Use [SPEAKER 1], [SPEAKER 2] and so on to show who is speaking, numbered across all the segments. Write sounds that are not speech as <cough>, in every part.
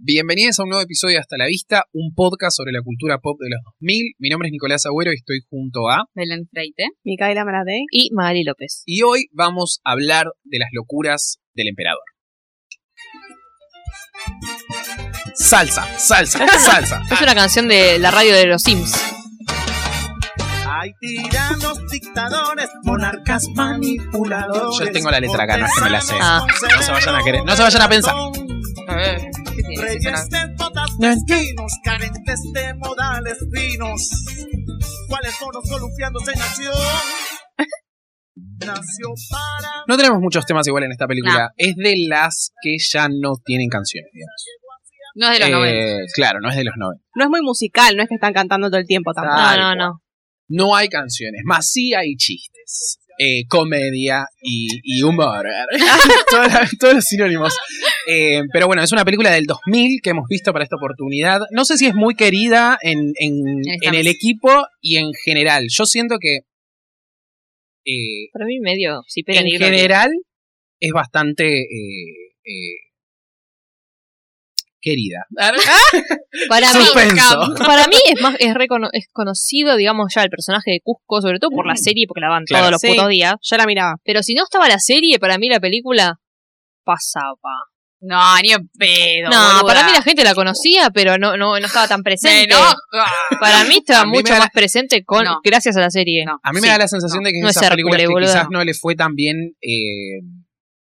[SPEAKER 1] Bienvenidos a un nuevo episodio de Hasta la Vista, un podcast sobre la cultura pop de los 2000. Mi nombre es Nicolás Agüero y estoy junto a...
[SPEAKER 2] Belén Freite
[SPEAKER 3] Micaela Maradei.
[SPEAKER 2] y Magali López.
[SPEAKER 1] Y hoy vamos a hablar de las locuras del emperador. Salsa, salsa,
[SPEAKER 2] <laughs>
[SPEAKER 1] salsa.
[SPEAKER 2] Es una canción de la radio de los Sims.
[SPEAKER 4] Hay tiranos, dictadores, monarcas, manipuladores.
[SPEAKER 1] Yo tengo la letra acá, no es que me la sé.
[SPEAKER 2] Ah.
[SPEAKER 1] No se vayan a querer, no se vayan a pensar.
[SPEAKER 2] A ver, ¿qué tiene ese
[SPEAKER 4] Reyes
[SPEAKER 2] canal?
[SPEAKER 4] de todas las finos, carentes de modales finos. ¿Cuáles monos columpiándose en acción?
[SPEAKER 1] <laughs>
[SPEAKER 4] Nació para
[SPEAKER 1] No tenemos muchos temas igual en esta película. Es de las que ya no tienen canciones, digamos.
[SPEAKER 2] No es de los
[SPEAKER 1] Eh,
[SPEAKER 2] 90.
[SPEAKER 1] Claro, no es de los 90.
[SPEAKER 3] No es muy musical, no es que están cantando todo el tiempo tampoco.
[SPEAKER 1] tal
[SPEAKER 2] No, no,
[SPEAKER 1] cual.
[SPEAKER 2] no.
[SPEAKER 1] No hay canciones, más sí hay chistes, eh, comedia y, y humor. <laughs> Todas las- todos los sinónimos. Eh, pero bueno, es una película del 2000 que hemos visto para esta oportunidad. No sé si es muy querida en, en-
[SPEAKER 2] En esta
[SPEAKER 1] en el
[SPEAKER 2] mesa.
[SPEAKER 1] equipo y en general. Yo siento que eh,
[SPEAKER 2] Para mí medio, sí, pero
[SPEAKER 1] en general es bastante eh, eh, querida.
[SPEAKER 2] Para mí,
[SPEAKER 1] Suspenso.
[SPEAKER 2] <laughs> para mí es más es, recono- es conocido, digamos, ya el personaje de Cusco, sobre todo por la serie, porque la van
[SPEAKER 1] Claro.
[SPEAKER 2] todos los
[SPEAKER 3] Sí.
[SPEAKER 2] putos días.
[SPEAKER 3] Yo la miraba.
[SPEAKER 2] Pero si no estaba la serie, para mí la película pasaba.
[SPEAKER 5] No, ni en pedo.
[SPEAKER 2] No,
[SPEAKER 5] boluda.
[SPEAKER 2] para mí la gente la conocía, pero no, no, no estaba tan
[SPEAKER 5] Me
[SPEAKER 2] presente.
[SPEAKER 5] enoja.
[SPEAKER 2] Para mí estaba
[SPEAKER 1] A mí me
[SPEAKER 2] mucho
[SPEAKER 1] da la-
[SPEAKER 2] más presente con
[SPEAKER 5] No.
[SPEAKER 2] gracias a la serie.
[SPEAKER 5] No.
[SPEAKER 1] A mí me
[SPEAKER 2] Sí.
[SPEAKER 1] da la sensación de que
[SPEAKER 2] no es
[SPEAKER 1] esas películas
[SPEAKER 2] Hércules,
[SPEAKER 1] que
[SPEAKER 2] boludo.
[SPEAKER 1] quizás no le fue tan bien eh,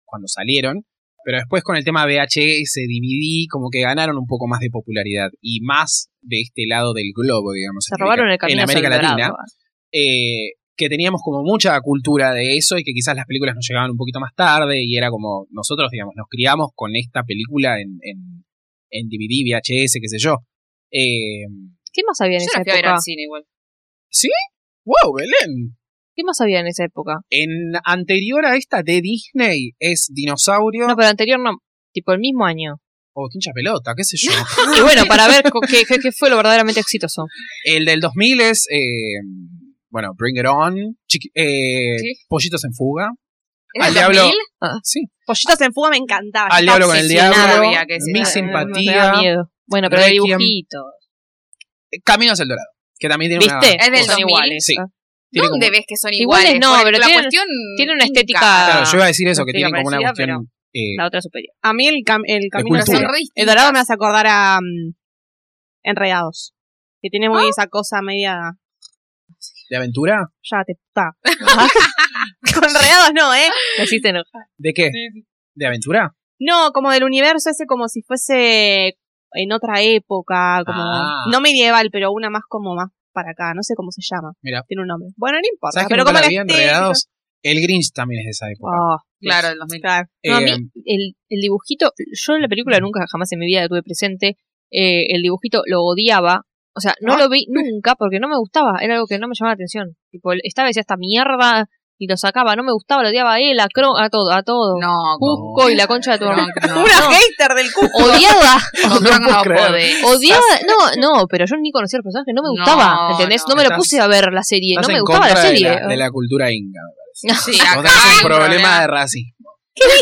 [SPEAKER 1] cuando salieron, pero después con el tema VHS, DVD, como que ganaron un poco más de popularidad y más de este lado del globo, digamos.
[SPEAKER 2] Se
[SPEAKER 1] en
[SPEAKER 2] robaron el
[SPEAKER 1] América-
[SPEAKER 2] camino
[SPEAKER 1] en América
[SPEAKER 2] hacia el
[SPEAKER 1] Latina,
[SPEAKER 2] dorado.
[SPEAKER 1] eh, que teníamos como mucha cultura de eso y que quizás las películas nos llegaban un poquito más tarde y era como nosotros, digamos, nos criamos con esta película en, en, en DVD, VHS, qué sé yo. Eh,
[SPEAKER 2] ¿Qué más había en
[SPEAKER 5] Yo
[SPEAKER 2] esa
[SPEAKER 5] la fui a ver
[SPEAKER 2] época?
[SPEAKER 5] al cine igual.
[SPEAKER 1] ¡Wow, Belén!
[SPEAKER 2] ¿Qué más había en esa época?
[SPEAKER 1] En anterior a esta de Disney es Dinosaurio
[SPEAKER 2] No, pero anterior no. Tipo el mismo año.
[SPEAKER 1] o Quincha Pelota, qué sé yo.
[SPEAKER 2] Y bueno, para ver co- qué, qué- qué fue lo verdaderamente exitoso.
[SPEAKER 1] El del 2000 es, eh, bueno, Bring It On, Chiqui- eh,
[SPEAKER 5] ¿Sí?
[SPEAKER 1] Pollitos en Fuga.
[SPEAKER 5] ¿Es
[SPEAKER 1] Al
[SPEAKER 5] del
[SPEAKER 1] diablo. Ah.
[SPEAKER 5] 2000?
[SPEAKER 1] Sí,
[SPEAKER 3] Pollitos en fuga me encantaba.
[SPEAKER 1] Al diablo con el
[SPEAKER 5] obsesionada
[SPEAKER 1] diablo,
[SPEAKER 5] había que ser.
[SPEAKER 1] <laughs>
[SPEAKER 5] No, no,
[SPEAKER 1] mi
[SPEAKER 2] Ah, Me da
[SPEAKER 1] simpatía,
[SPEAKER 2] miedo. Bueno, pero hay
[SPEAKER 1] Requiem.
[SPEAKER 2] dibujitos.
[SPEAKER 1] Caminos el Dorado, que también tiene una...
[SPEAKER 2] ¿Viste?
[SPEAKER 5] Es del
[SPEAKER 2] Son
[SPEAKER 5] 2000.
[SPEAKER 2] iguales.
[SPEAKER 1] Sí. tiene
[SPEAKER 5] ¿Dónde
[SPEAKER 1] como-
[SPEAKER 5] ves que son
[SPEAKER 2] Iguales
[SPEAKER 5] iguales?
[SPEAKER 2] no,
[SPEAKER 5] Por-
[SPEAKER 2] pero
[SPEAKER 5] la
[SPEAKER 2] tienen-
[SPEAKER 5] cuestión
[SPEAKER 2] tiene una estética-
[SPEAKER 5] inca.
[SPEAKER 1] Claro, yo iba a decir eso, que
[SPEAKER 2] Estética
[SPEAKER 1] tiene como una
[SPEAKER 2] parecida,
[SPEAKER 1] cuestión... eh,
[SPEAKER 2] La otra superior.
[SPEAKER 3] A mí el, cam- el camino
[SPEAKER 5] Pero
[SPEAKER 1] cultura.
[SPEAKER 5] son
[SPEAKER 1] Cultura.
[SPEAKER 5] re
[SPEAKER 3] El dorado me
[SPEAKER 5] distintas.
[SPEAKER 3] hace acordar a mm, Enredados. Que tiene muy esa cosa media.
[SPEAKER 1] ¿De aventura?
[SPEAKER 3] Ya
[SPEAKER 1] <laughs>
[SPEAKER 3] te está. <laughs> con Enredados no, ¿eh?
[SPEAKER 2] Me hiciste enojar.
[SPEAKER 1] ¿De qué?
[SPEAKER 5] Sí,
[SPEAKER 1] ¿De aventura?
[SPEAKER 3] No, como del universo ese, como si fuese en otra época. como
[SPEAKER 1] Ah.
[SPEAKER 3] No medieval, pero una más como más para acá. No sé cómo se llama.
[SPEAKER 1] Mira.
[SPEAKER 3] Tiene un nombre. Bueno, no importa.
[SPEAKER 1] ¿Sabes que
[SPEAKER 3] Ah, Pero
[SPEAKER 1] nunca
[SPEAKER 3] como
[SPEAKER 1] la
[SPEAKER 3] la
[SPEAKER 1] vi en
[SPEAKER 3] estética-
[SPEAKER 1] Enredados? El Grinch también es de esa época.
[SPEAKER 3] Ah,
[SPEAKER 5] Claro, del 2000.
[SPEAKER 3] claro.
[SPEAKER 2] No, a mí
[SPEAKER 1] Eh,
[SPEAKER 2] el, el dibujito, yo en la película nunca jamás en mi vida la tuve presente. eh, el dibujito lo odiaba. O sea,
[SPEAKER 1] Ah.
[SPEAKER 2] no lo vi nunca porque no me gustaba. Era algo que no me llamaba la atención. Tipo, el- estaba decía esta mierda y lo sacaba. No me gustaba, lo odiaba a él, a Cro, a todo, a todo.
[SPEAKER 5] No, con-
[SPEAKER 2] Cusco y la concha de tu
[SPEAKER 5] no,
[SPEAKER 2] hermano. <laughs>
[SPEAKER 5] no.
[SPEAKER 3] Una hater del culo.
[SPEAKER 1] <laughs>
[SPEAKER 2] Odiaba,
[SPEAKER 5] Con
[SPEAKER 1] No
[SPEAKER 5] Cro no
[SPEAKER 1] puedo creer.
[SPEAKER 5] podés.
[SPEAKER 2] odiaba. No, no, pero yo ni conocía el personaje, no me
[SPEAKER 5] No,
[SPEAKER 2] gustaba. ¿Entendés? No,
[SPEAKER 5] no.
[SPEAKER 2] me lo
[SPEAKER 1] Estás-
[SPEAKER 2] puse a ver la serie, no
[SPEAKER 1] estás
[SPEAKER 2] me
[SPEAKER 1] en
[SPEAKER 2] gustaba la
[SPEAKER 1] contra de
[SPEAKER 2] serie.
[SPEAKER 1] de la cultura inca.
[SPEAKER 5] Sí,
[SPEAKER 1] Vos
[SPEAKER 5] acá
[SPEAKER 1] tenés
[SPEAKER 5] hay
[SPEAKER 1] un problema de racismo.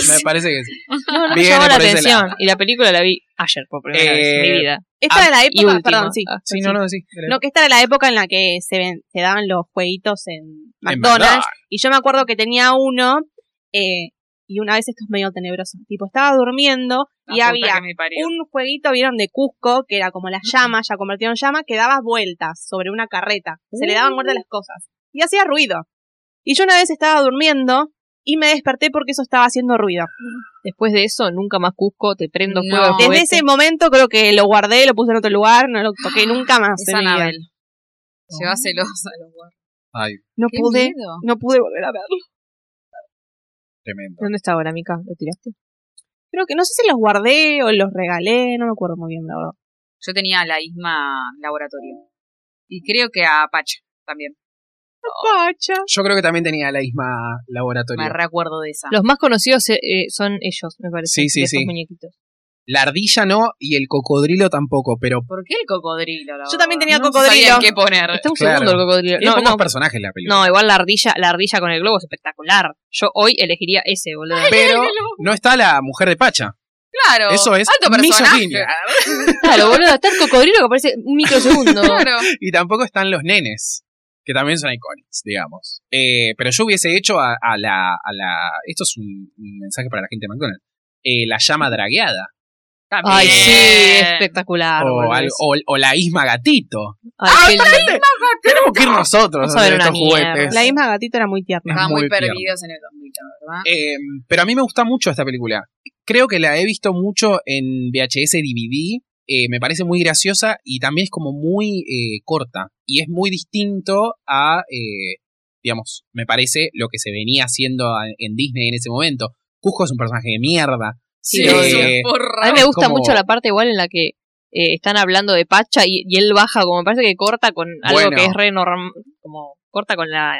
[SPEAKER 1] Me parece que sí.
[SPEAKER 2] No, no me
[SPEAKER 1] Viene
[SPEAKER 2] llamaba la
[SPEAKER 1] por ese
[SPEAKER 2] atención.
[SPEAKER 1] lado.
[SPEAKER 2] Y la película la vi ayer por primera vez en
[SPEAKER 1] Eh,
[SPEAKER 2] mi vida.
[SPEAKER 3] Esta era la
[SPEAKER 2] Y
[SPEAKER 3] época,
[SPEAKER 2] última.
[SPEAKER 3] perdón, sí.
[SPEAKER 2] Ah,
[SPEAKER 1] Sí, no, no, sí.
[SPEAKER 3] No, que esta era la época en la que se, ven- se daban los jueguitos
[SPEAKER 1] En
[SPEAKER 3] en McDonald's.
[SPEAKER 1] McDonald's.
[SPEAKER 3] Y yo me acuerdo que tenía uno, eh, y una vez esto es medio tenebroso. Tipo, estaba durmiendo
[SPEAKER 5] La
[SPEAKER 3] y
[SPEAKER 5] puta
[SPEAKER 2] Ah,
[SPEAKER 3] había
[SPEAKER 5] que me parió.
[SPEAKER 3] un jueguito, vieron, de Cusco, que era como la llama, ya convertido en llama, que dabas vueltas sobre una carreta. Se le daban
[SPEAKER 2] Uh.
[SPEAKER 3] vueltas las cosas. Y hacía ruido. Y yo una vez estaba durmiendo y me desperté porque eso estaba haciendo ruido.
[SPEAKER 2] Después de eso, nunca más Cusco, te prendo
[SPEAKER 5] No.
[SPEAKER 2] fuego. al
[SPEAKER 3] Desde
[SPEAKER 2] juguete.
[SPEAKER 3] ese momento creo que lo guardé, lo puse en otro lugar, no lo toqué nunca más.
[SPEAKER 5] Es
[SPEAKER 3] en mi vida.
[SPEAKER 5] Anabel. Llévaselos a los guardias.
[SPEAKER 1] Ay,
[SPEAKER 3] No
[SPEAKER 5] Qué
[SPEAKER 3] pude,
[SPEAKER 5] miedo.
[SPEAKER 3] no pude volver a verlo.
[SPEAKER 1] tremendo.
[SPEAKER 2] ¿Dónde está ahora, Mica? ¿Lo tiraste?
[SPEAKER 3] Creo que no sé si los guardé o los regalé, no me acuerdo muy bien, la verdad.
[SPEAKER 5] Yo tenía a la Isma Laboratorio. Y creo que a Pacha también.
[SPEAKER 2] Oh.
[SPEAKER 3] Pacha.
[SPEAKER 1] Yo creo que también tenía la misma laboratorio.
[SPEAKER 5] Me recuerdo de esa.
[SPEAKER 2] Los más conocidos eh, eh, son ellos, me parece.
[SPEAKER 1] Sí, sí,
[SPEAKER 2] de esos
[SPEAKER 1] sí.
[SPEAKER 2] muñequitos.
[SPEAKER 1] La ardilla no y el cocodrilo tampoco, pero
[SPEAKER 5] ¿Por qué el cocodrilo? la
[SPEAKER 3] Yo también
[SPEAKER 5] verdad?
[SPEAKER 3] tenía
[SPEAKER 5] No
[SPEAKER 3] cocodrilo.
[SPEAKER 5] sabían qué poner.
[SPEAKER 2] Está un
[SPEAKER 1] Claro.
[SPEAKER 2] segundo el cocodrilo.
[SPEAKER 1] tiene
[SPEAKER 2] No,
[SPEAKER 1] pocos
[SPEAKER 2] no,
[SPEAKER 1] personajes la <laughs> película.
[SPEAKER 2] no, igual la ardilla, la ardilla con el <laughs> globo es espectacular. Yo hoy elegiría ese, boludo.
[SPEAKER 1] pero no está la mujer de Pacha.
[SPEAKER 5] Claro.
[SPEAKER 1] Eso es
[SPEAKER 5] Alto personaje. <laughs>
[SPEAKER 1] misoginia.
[SPEAKER 2] Claro, boludo, está el cocodrilo que aparece un
[SPEAKER 1] <laughs>
[SPEAKER 2] microsegundo.
[SPEAKER 5] Claro.
[SPEAKER 1] Y tampoco están los nenes, que también son icónicos, digamos. Eh, pero yo hubiese hecho a, a la, a la- Esto es un, un mensaje para la gente de McDonald's. Eh, la llama dragueada.
[SPEAKER 5] También.
[SPEAKER 2] Ay, sí, espectacular.
[SPEAKER 1] o,
[SPEAKER 2] boludo.
[SPEAKER 1] algo- o- o la Isma Gatito. Ah,
[SPEAKER 2] Ay, qué lindo.
[SPEAKER 1] Tenemos que ir nosotros
[SPEAKER 2] Ah, Vamos
[SPEAKER 1] a
[SPEAKER 2] a ver
[SPEAKER 1] hacer estos
[SPEAKER 2] una mierda.
[SPEAKER 1] juguetes.
[SPEAKER 3] La misma gatito era muy tierna.
[SPEAKER 5] Estaban muy,
[SPEAKER 1] muy tierno.
[SPEAKER 5] perdidos en el 2000, la ¿verdad?
[SPEAKER 1] Eh, pero a mí me gusta mucho esta película. Creo que la he visto mucho en VHS DVD. eh, me parece muy graciosa y también es como muy eh, corta. Y es muy distinto a, eh, digamos, me parece lo que se venía haciendo a- en Disney en ese momento. Cusco es un personaje de mierda.
[SPEAKER 2] Sí,
[SPEAKER 5] Dios,
[SPEAKER 2] obvio.
[SPEAKER 1] Eh,
[SPEAKER 5] un porra.
[SPEAKER 2] A mí me gusta
[SPEAKER 1] como-
[SPEAKER 2] mucho la parte igual en la que eh, están hablando de Pacha y, y él baja, como me parece que corta con algo
[SPEAKER 1] Bueno.
[SPEAKER 2] que es re normal, como corta con la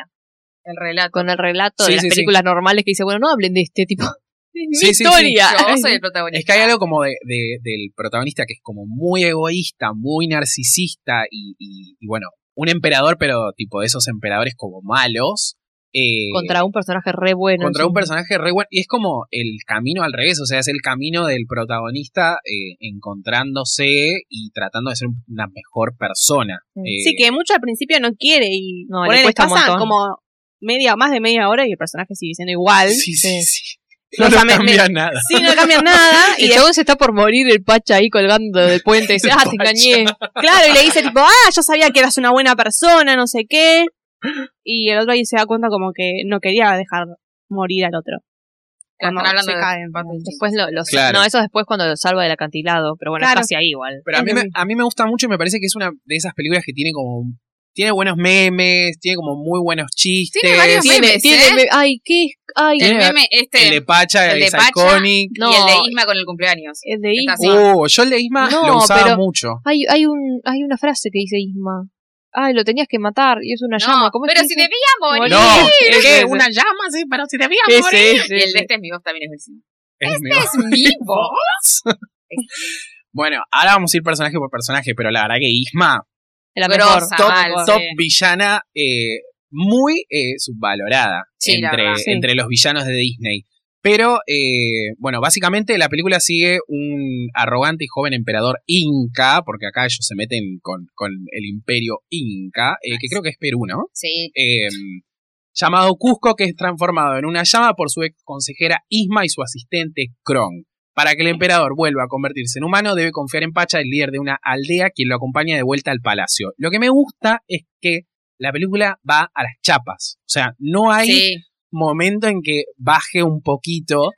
[SPEAKER 5] El relato.
[SPEAKER 2] con el relato
[SPEAKER 1] Sí,
[SPEAKER 2] de las
[SPEAKER 1] sí, sí.
[SPEAKER 2] películas normales que dice, bueno, no hablen de este tipo. <laughs> Es mi
[SPEAKER 1] Sí, sí, sí.
[SPEAKER 2] historia.
[SPEAKER 5] Yo
[SPEAKER 2] <laughs>
[SPEAKER 5] soy el protagonista.
[SPEAKER 1] Es que hay algo como de- de- del protagonista que es como muy egoísta, muy narcisista y, y- y bueno, un emperador, pero tipo de esos emperadores como malos. eh,
[SPEAKER 2] Contra un personaje re bueno.
[SPEAKER 1] contra
[SPEAKER 2] en
[SPEAKER 1] un
[SPEAKER 2] <laughs> su-
[SPEAKER 1] personaje re bueno. Y es como el camino al revés, o sea, es el camino del protagonista eh, encontrándose y tratando de ser un- una mejor persona.
[SPEAKER 2] Mm.
[SPEAKER 1] Eh,
[SPEAKER 3] Sí, que mucho al principio no quiere y
[SPEAKER 2] No, le
[SPEAKER 3] ponele,
[SPEAKER 2] cuesta un
[SPEAKER 3] pasan
[SPEAKER 2] montón.
[SPEAKER 3] como media o más de media hora y el personaje sigue siendo igual.
[SPEAKER 1] Sí, sí,
[SPEAKER 2] sí.
[SPEAKER 1] sí.
[SPEAKER 3] O
[SPEAKER 1] No
[SPEAKER 3] sea,
[SPEAKER 1] lo
[SPEAKER 3] me-
[SPEAKER 1] cambia nada.
[SPEAKER 3] Sí, no
[SPEAKER 1] <laughs>
[SPEAKER 3] cambia nada.
[SPEAKER 2] El
[SPEAKER 3] Y
[SPEAKER 2] chabón se está por morir el Pacha ahí colgando del puente. Y dice, ah, te
[SPEAKER 1] <laughs>
[SPEAKER 2] engañé.
[SPEAKER 3] Claro, y le dice tipo, ah, yo sabía que eras una buena persona, no sé qué. Y el otro ahí se da cuenta como que no quería dejar morir al otro.
[SPEAKER 5] Que están
[SPEAKER 3] cuando
[SPEAKER 5] hablando
[SPEAKER 3] se
[SPEAKER 5] de
[SPEAKER 3] caen.
[SPEAKER 5] Patrick
[SPEAKER 2] Después lo, lo-
[SPEAKER 1] Claro.
[SPEAKER 2] No, eso es después cuando lo salva del acantilado. Pero bueno,
[SPEAKER 3] Claro.
[SPEAKER 2] es casi ahí igual.
[SPEAKER 1] Pero a
[SPEAKER 3] Es
[SPEAKER 1] mí,
[SPEAKER 3] lo
[SPEAKER 1] me,
[SPEAKER 5] Em.
[SPEAKER 3] mismo.
[SPEAKER 1] a mí me gusta mucho y me parece que es una de esas películas que tiene como. Tiene buenos memes, tiene como muy buenos chistes.
[SPEAKER 5] Tiene varios memes.
[SPEAKER 2] Tiene-
[SPEAKER 5] ¿eh?
[SPEAKER 2] tiene- ay, qué. Ay,
[SPEAKER 5] El
[SPEAKER 1] Tiene-
[SPEAKER 5] meme este
[SPEAKER 1] El de Pacha
[SPEAKER 5] El de
[SPEAKER 1] es
[SPEAKER 5] Pacha.
[SPEAKER 1] iconic.
[SPEAKER 2] no.
[SPEAKER 5] y el de Isma con el cumpleaños.
[SPEAKER 2] el de
[SPEAKER 5] Está
[SPEAKER 2] Isma.
[SPEAKER 5] así.
[SPEAKER 1] Uh, yo el de Isma lo
[SPEAKER 2] No,
[SPEAKER 1] usaba
[SPEAKER 2] pero-
[SPEAKER 1] mucho.
[SPEAKER 2] Hay, hay, un, hay una frase que dice Isma. Ay, lo tenías que matar y es una llama.
[SPEAKER 5] No,
[SPEAKER 2] ¿Cómo es
[SPEAKER 5] pero
[SPEAKER 2] que
[SPEAKER 5] si
[SPEAKER 2] dice?
[SPEAKER 5] debía morir.
[SPEAKER 1] No,
[SPEAKER 5] ¿Qué?
[SPEAKER 1] ese,
[SPEAKER 5] Una llama, sí, pero si debía
[SPEAKER 2] Ese,
[SPEAKER 5] morir.
[SPEAKER 2] ese,
[SPEAKER 5] y el
[SPEAKER 2] ese.
[SPEAKER 5] de este es mi voz también es
[SPEAKER 2] <laughs>
[SPEAKER 5] buenísimo.
[SPEAKER 1] Es mi-
[SPEAKER 5] ¿Es este? mi voz?
[SPEAKER 1] <laughs> Bueno, ahora vamos a ir personaje por personaje, pero la verdad que Isma,
[SPEAKER 2] La
[SPEAKER 5] Grosa,
[SPEAKER 2] mejor.
[SPEAKER 1] top,
[SPEAKER 5] mal,
[SPEAKER 1] top
[SPEAKER 5] sí.
[SPEAKER 1] villana eh, muy eh, subvalorada
[SPEAKER 5] Sí, la
[SPEAKER 1] entre,
[SPEAKER 5] verdad.
[SPEAKER 3] Sí.
[SPEAKER 1] entre los villanos de Disney. Pero, eh, bueno, básicamente la película sigue un arrogante y joven emperador inca, porque acá ellos se meten con, con el imperio inca, eh, que creo que es Perú, ¿no?
[SPEAKER 5] Sí.
[SPEAKER 1] Eh, llamado Cusco, que es transformado en una llama por su ex consejera Isma y su asistente Kron. Para que el emperador vuelva a convertirse en humano, debe confiar en Pacha, el líder de una aldea, quien lo acompaña de vuelta al palacio. Lo que me gusta es que la película va a las chapas. O sea, no hay
[SPEAKER 5] Sí.
[SPEAKER 1] momento en que baje un poquito.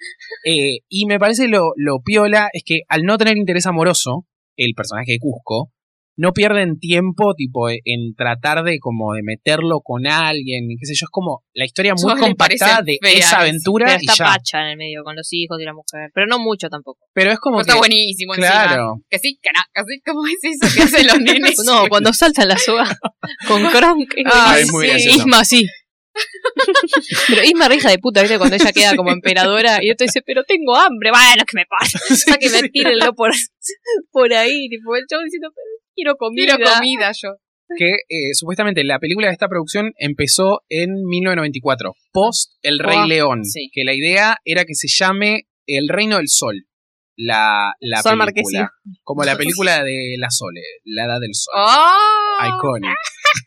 [SPEAKER 1] eh, y me parece lo, lo piola es que al no tener interés amoroso, el personaje de Cusco, no pierden tiempo tipo e- en tratar de como de meterlo con alguien, qué sé yo, es como la historia muy
[SPEAKER 5] Solo le
[SPEAKER 1] compactada
[SPEAKER 5] parecen
[SPEAKER 1] de
[SPEAKER 5] feas,
[SPEAKER 1] esa
[SPEAKER 2] Pero
[SPEAKER 1] aventura y
[SPEAKER 2] está
[SPEAKER 1] ya.
[SPEAKER 2] Pacha en el medio con los hijos y la mujer. Pero no mucho
[SPEAKER 5] <laughs>
[SPEAKER 2] tampoco.
[SPEAKER 1] Pero es como
[SPEAKER 5] Pero está
[SPEAKER 1] que-
[SPEAKER 5] buenísimo encima.
[SPEAKER 1] claro,
[SPEAKER 5] Que sí, que no, que sí, ¿cómo es eso que hacen los nenes?
[SPEAKER 2] <laughs> No, cuando saltan
[SPEAKER 5] <laughs>
[SPEAKER 2] las soga con Kronk.
[SPEAKER 1] <laughs> Ay, es muy
[SPEAKER 3] <laughs>
[SPEAKER 1] gracioso.
[SPEAKER 2] Isma sí. <laughs> pero Isma rija de puta, ¿viste? Cuando ella queda como emperadora y otro dice, pero tengo hambre, bueno, que me pasa, que me tírenlo por, por ahí. Tipo, el chavo diciendo, pero quiero comida. <laughs>
[SPEAKER 5] Quiero comida yo.
[SPEAKER 1] que eh, supuestamente la película de esta producción empezó en 1994, post El Rey
[SPEAKER 2] Ah,
[SPEAKER 1] León,
[SPEAKER 5] sí.
[SPEAKER 1] que la idea era que se llame El Reino del Sol, la, la
[SPEAKER 3] Sol
[SPEAKER 1] película, como la
[SPEAKER 5] Sí.
[SPEAKER 1] película de La Sole, La Edad del Sol,
[SPEAKER 2] Ah.
[SPEAKER 5] ¡Oh!
[SPEAKER 1] iconic.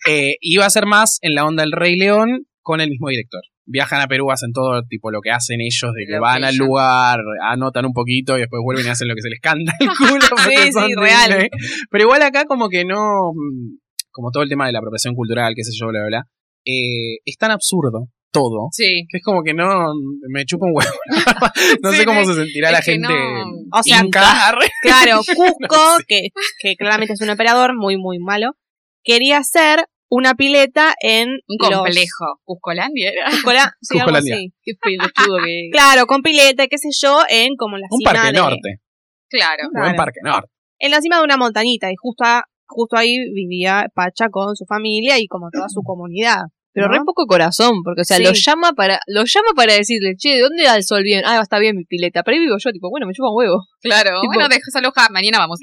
[SPEAKER 1] Eh, iba a ser más en la onda del Rey León con el mismo director. Viajan a Perú, hacen todo tipo lo que hacen ellos, de que
[SPEAKER 5] Lo
[SPEAKER 1] van
[SPEAKER 5] que
[SPEAKER 1] al
[SPEAKER 5] ellos-
[SPEAKER 1] lugar, anotan un poquito y después vuelven y hacen lo que se les canta el culo. porque
[SPEAKER 3] Sí, sí,
[SPEAKER 1] son
[SPEAKER 3] real.
[SPEAKER 1] Disney. Pero igual acá como que no, mm, como todo el tema de la apropiación cultural, qué sé yo, bla, bla, bla, eh, es tan absurdo todo,
[SPEAKER 5] Sí.
[SPEAKER 1] que es como que no, me chupa un huevo. no
[SPEAKER 5] Sí,
[SPEAKER 1] sé cómo
[SPEAKER 5] sí.
[SPEAKER 1] se sentirá
[SPEAKER 5] Es
[SPEAKER 1] la
[SPEAKER 5] que
[SPEAKER 1] gente
[SPEAKER 5] no.
[SPEAKER 3] O sea,
[SPEAKER 1] inca. <laughs>
[SPEAKER 3] Claro, Cusco, que, que claramente es un emperador muy, muy malo, quería hacer una pileta en
[SPEAKER 5] Un
[SPEAKER 3] los-
[SPEAKER 5] complejo. Cuscolandia era.
[SPEAKER 3] Cuscola- sí, algo
[SPEAKER 1] Cuscolandia.
[SPEAKER 3] así.
[SPEAKER 2] Qué pelotudo que.
[SPEAKER 3] Claro, con pileta, qué sé yo, en como en la
[SPEAKER 1] Un
[SPEAKER 3] cima
[SPEAKER 1] parque
[SPEAKER 3] de-
[SPEAKER 1] norte,
[SPEAKER 5] Claro.
[SPEAKER 1] un buen
[SPEAKER 3] <laughs> Claro.
[SPEAKER 1] parque norte.
[SPEAKER 3] en la cima de una montañita y justo a- justo ahí vivía Pacha con su familia y como toda su comunidad.
[SPEAKER 2] Pero
[SPEAKER 3] ¿no?
[SPEAKER 2] re poco corazón, porque o sea,
[SPEAKER 3] Sí.
[SPEAKER 2] lo llama para lo llama para decirle, "Che, ¿de dónde da el sol bien? Ah, está bien mi pileta." Pero ahí vivo yo, tipo, bueno, me chupa un
[SPEAKER 3] <laughs>
[SPEAKER 2] huevo.
[SPEAKER 5] Claro.
[SPEAKER 2] Tipo-
[SPEAKER 5] Bueno, dejas aloja. Mañana vamos.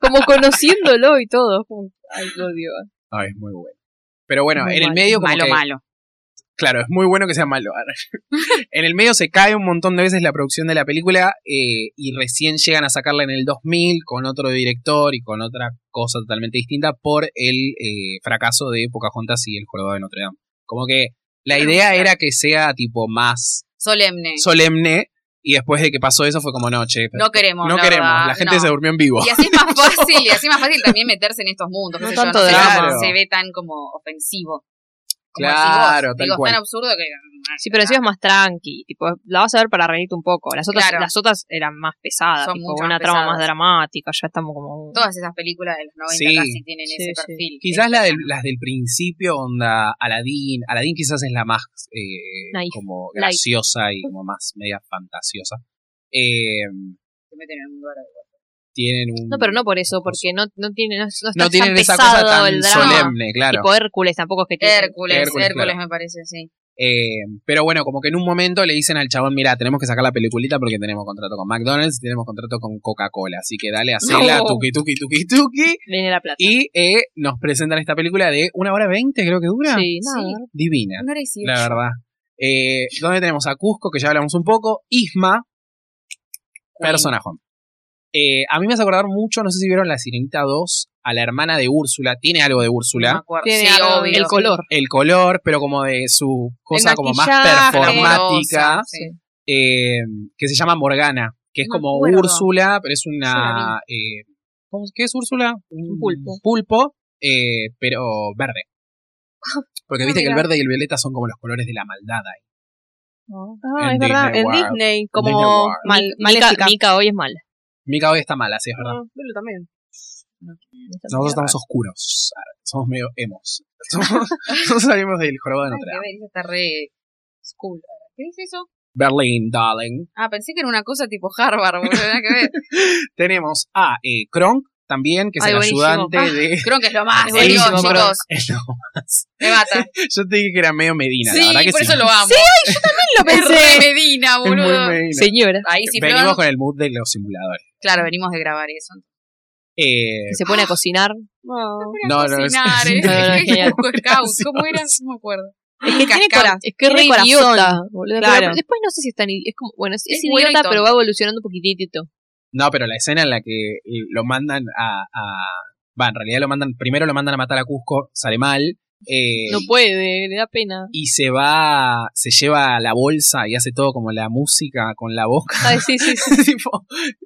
[SPEAKER 2] Como conociéndolo y todo. Como, Ay, lo odio.
[SPEAKER 1] Ay, es Ah, muy bueno. Pero bueno,
[SPEAKER 2] Muy
[SPEAKER 1] en el
[SPEAKER 2] mal,
[SPEAKER 1] medio como
[SPEAKER 5] Malo,
[SPEAKER 1] que
[SPEAKER 5] malo.
[SPEAKER 1] Claro, es muy bueno que sea
[SPEAKER 2] <laughs>
[SPEAKER 1] malo. <laughs> en el medio se cae un montón de veces la producción de la película eh, y recién llegan a sacarla en el 2000 con otro director y con otra cosa totalmente distinta por el eh, fracaso de Pocahontas y El Jorobado de Notre Dame. Como que la idea era que sea tipo más
[SPEAKER 2] Solemne.
[SPEAKER 1] solemne y después de que pasó eso fue como noche.
[SPEAKER 2] no queremos.
[SPEAKER 1] no
[SPEAKER 2] la
[SPEAKER 1] queremos,
[SPEAKER 2] verdad,
[SPEAKER 1] la gente
[SPEAKER 2] no.
[SPEAKER 1] se durmió en vivo.
[SPEAKER 2] Y así
[SPEAKER 1] <laughs>
[SPEAKER 2] es más fácil, y así es más fácil también meterse en estos mundos. qué
[SPEAKER 3] No
[SPEAKER 2] sé yo,
[SPEAKER 3] tanto
[SPEAKER 2] se-
[SPEAKER 1] drama.
[SPEAKER 2] Se ve tan como ofensivo. Como decís
[SPEAKER 1] Claro,
[SPEAKER 2] vos.
[SPEAKER 1] tal
[SPEAKER 2] Digo, es
[SPEAKER 1] cual.
[SPEAKER 2] tan absurdo que. ah,
[SPEAKER 3] Sí, pero encima es más tranqui, tipo, la vas a ver para reírte un poco. Las otras,
[SPEAKER 2] Claro.
[SPEAKER 3] las otras eran más pesadas,
[SPEAKER 2] Son
[SPEAKER 3] tipo,
[SPEAKER 2] mucho
[SPEAKER 3] una
[SPEAKER 2] más
[SPEAKER 3] trama
[SPEAKER 2] pesadas.
[SPEAKER 3] más dramática, ya estamos como...
[SPEAKER 2] Todas esas películas de los 90
[SPEAKER 1] Sí.
[SPEAKER 2] casi tienen
[SPEAKER 3] Sí,
[SPEAKER 2] ese
[SPEAKER 3] sí.
[SPEAKER 2] perfil.
[SPEAKER 1] Quizás la del- las del principio, onda Aladdin. Aladdin quizás es la más eh,
[SPEAKER 3] Naif.
[SPEAKER 1] como
[SPEAKER 3] Light.
[SPEAKER 1] graciosa y como más media fantasiosa. Eh,
[SPEAKER 2] Se meten en el mundo árabe.
[SPEAKER 1] tienen un...
[SPEAKER 3] No, pero no por eso, porque no, no tiene, no, es- no está
[SPEAKER 1] no tienen
[SPEAKER 3] tan
[SPEAKER 1] esa
[SPEAKER 3] pesado
[SPEAKER 1] cosa tan
[SPEAKER 3] el drama.
[SPEAKER 1] solemne, claro.
[SPEAKER 3] Tipo Hércules tampoco es que tiene...
[SPEAKER 2] Hércules,
[SPEAKER 1] Hércules,
[SPEAKER 2] Hércules,
[SPEAKER 1] claro.
[SPEAKER 2] me parece, sí.
[SPEAKER 1] Eh, pero bueno, como que en un momento le dicen al chabón, mira, tenemos que sacar la peliculita porque tenemos contrato con McDonald's, y tenemos contrato con Coca-Cola, así que dale, hacela,
[SPEAKER 2] No.
[SPEAKER 1] tuki, tuki, tuki, tuki.
[SPEAKER 3] Viene la plata.
[SPEAKER 1] Y eh, nos presentan esta película de una hora veinte, creo que dura.
[SPEAKER 3] Sí,
[SPEAKER 2] Sí.
[SPEAKER 3] nada.
[SPEAKER 1] Divina.
[SPEAKER 2] No era así.
[SPEAKER 1] la verdad. Eh, ¿Dónde tenemos a Cusco, que ya hablamos un poco? Isma, personajón. Eh, a mí me hace acordar mucho, no sé si vieron La Sirenita 2, a la hermana de Úrsula. Tiene algo de
[SPEAKER 2] No me
[SPEAKER 1] Úrsula.
[SPEAKER 2] acuerdo.
[SPEAKER 3] Tiene
[SPEAKER 2] sí,
[SPEAKER 3] algo-
[SPEAKER 2] obvio.
[SPEAKER 3] el color.
[SPEAKER 1] El color, pero como de su cosa como más
[SPEAKER 6] maquillaje,
[SPEAKER 1] performática,
[SPEAKER 2] Sí.
[SPEAKER 1] eh, que se llama Morgana, que es
[SPEAKER 2] No me
[SPEAKER 1] como
[SPEAKER 2] acuerdo.
[SPEAKER 1] Úrsula, pero es
[SPEAKER 2] Yo
[SPEAKER 1] una... eh, ¿cómo- ¿Qué es Úrsula? Un
[SPEAKER 3] pulpo.
[SPEAKER 1] Pulpo, eh, pero
[SPEAKER 2] <laughs>
[SPEAKER 1] verde. Porque
[SPEAKER 6] Ah,
[SPEAKER 1] viste que el
[SPEAKER 6] mira.
[SPEAKER 1] verde y el violeta son como los colores de la maldad ahí.
[SPEAKER 6] Ah,
[SPEAKER 1] En
[SPEAKER 6] es verdad,
[SPEAKER 1] Disney
[SPEAKER 6] en
[SPEAKER 1] World.
[SPEAKER 6] Disney,
[SPEAKER 1] Disney
[SPEAKER 6] como
[SPEAKER 1] World.
[SPEAKER 6] mal,
[SPEAKER 3] Mika,
[SPEAKER 6] maléfica.
[SPEAKER 3] Mika hoy es mala.
[SPEAKER 1] Mika hoy está mala, sí, es verdad.
[SPEAKER 6] Ah, Lulu también.
[SPEAKER 1] Nosotros estamos oscuros. Somos medio emos. <laughs> Somos- Nosotros salimos del jorobado de
[SPEAKER 2] Ay,
[SPEAKER 1] Notre
[SPEAKER 2] qué
[SPEAKER 1] Dame.
[SPEAKER 2] ver, esa está re school. ¿Qué dice eso?
[SPEAKER 1] Berlin, darling.
[SPEAKER 2] Ah, pensé que era una cosa tipo Harvard, boludo, nada que
[SPEAKER 1] <laughs>
[SPEAKER 2] ver.
[SPEAKER 1] Tenemos a eh, Kronk también, que es
[SPEAKER 3] Ay,
[SPEAKER 1] el
[SPEAKER 3] buenísimo.
[SPEAKER 1] ayudante
[SPEAKER 2] Ah.
[SPEAKER 1] de. <laughs>
[SPEAKER 2] Creo que es lo más,
[SPEAKER 3] Es
[SPEAKER 2] digo,
[SPEAKER 3] buenísimo,
[SPEAKER 2] chicos,
[SPEAKER 3] pero-
[SPEAKER 1] Es lo más.
[SPEAKER 2] me mata.
[SPEAKER 1] Yo te dije que era medio Medina, la
[SPEAKER 2] Sí,
[SPEAKER 1] verdad que
[SPEAKER 2] por
[SPEAKER 1] sí.
[SPEAKER 2] eso lo amo.
[SPEAKER 3] lo
[SPEAKER 2] <laughs> Es re Medina,
[SPEAKER 1] Es muy
[SPEAKER 2] boludo.
[SPEAKER 1] Medina.
[SPEAKER 3] Señora,
[SPEAKER 2] Ahí sí,
[SPEAKER 1] Venimos
[SPEAKER 2] Flor.
[SPEAKER 1] con el mood de los simuladores.
[SPEAKER 2] Claro, venimos de grabar eso.
[SPEAKER 1] Eh,
[SPEAKER 3] que se pone a cocinar.
[SPEAKER 6] No.
[SPEAKER 1] No, no, es- <laughs>
[SPEAKER 2] Cocinar,
[SPEAKER 1] es
[SPEAKER 2] ¿eh? <laughs>
[SPEAKER 3] increíble.
[SPEAKER 2] Es
[SPEAKER 3] Genial.
[SPEAKER 2] Cusco Scout, ¿Cómo era? No me acuerdo.
[SPEAKER 6] Es que tiene
[SPEAKER 2] Cascabel.
[SPEAKER 6] corazón.
[SPEAKER 3] Es que es re
[SPEAKER 6] Tiene corazón.
[SPEAKER 3] idiota, boludo. Pero
[SPEAKER 6] Claro.
[SPEAKER 3] después no sé si es tan idi- es como, bueno, es, es
[SPEAKER 2] Es bueno y
[SPEAKER 3] idiota,
[SPEAKER 2] tonto.
[SPEAKER 3] pero va evolucionando un poquitito.
[SPEAKER 1] no, pero la escena en la que eh, lo mandan a. a... Va, en realidad lo mandan. Primero lo mandan a matar a Cusco, sale mal. Eh,
[SPEAKER 3] No puede, le da
[SPEAKER 1] <laughs>
[SPEAKER 3] pena.
[SPEAKER 1] y se va, se lleva la bolsa y hace todo como la música con la boca. <laughs>
[SPEAKER 3] Ay, sí, sí, sí.
[SPEAKER 1] tipo,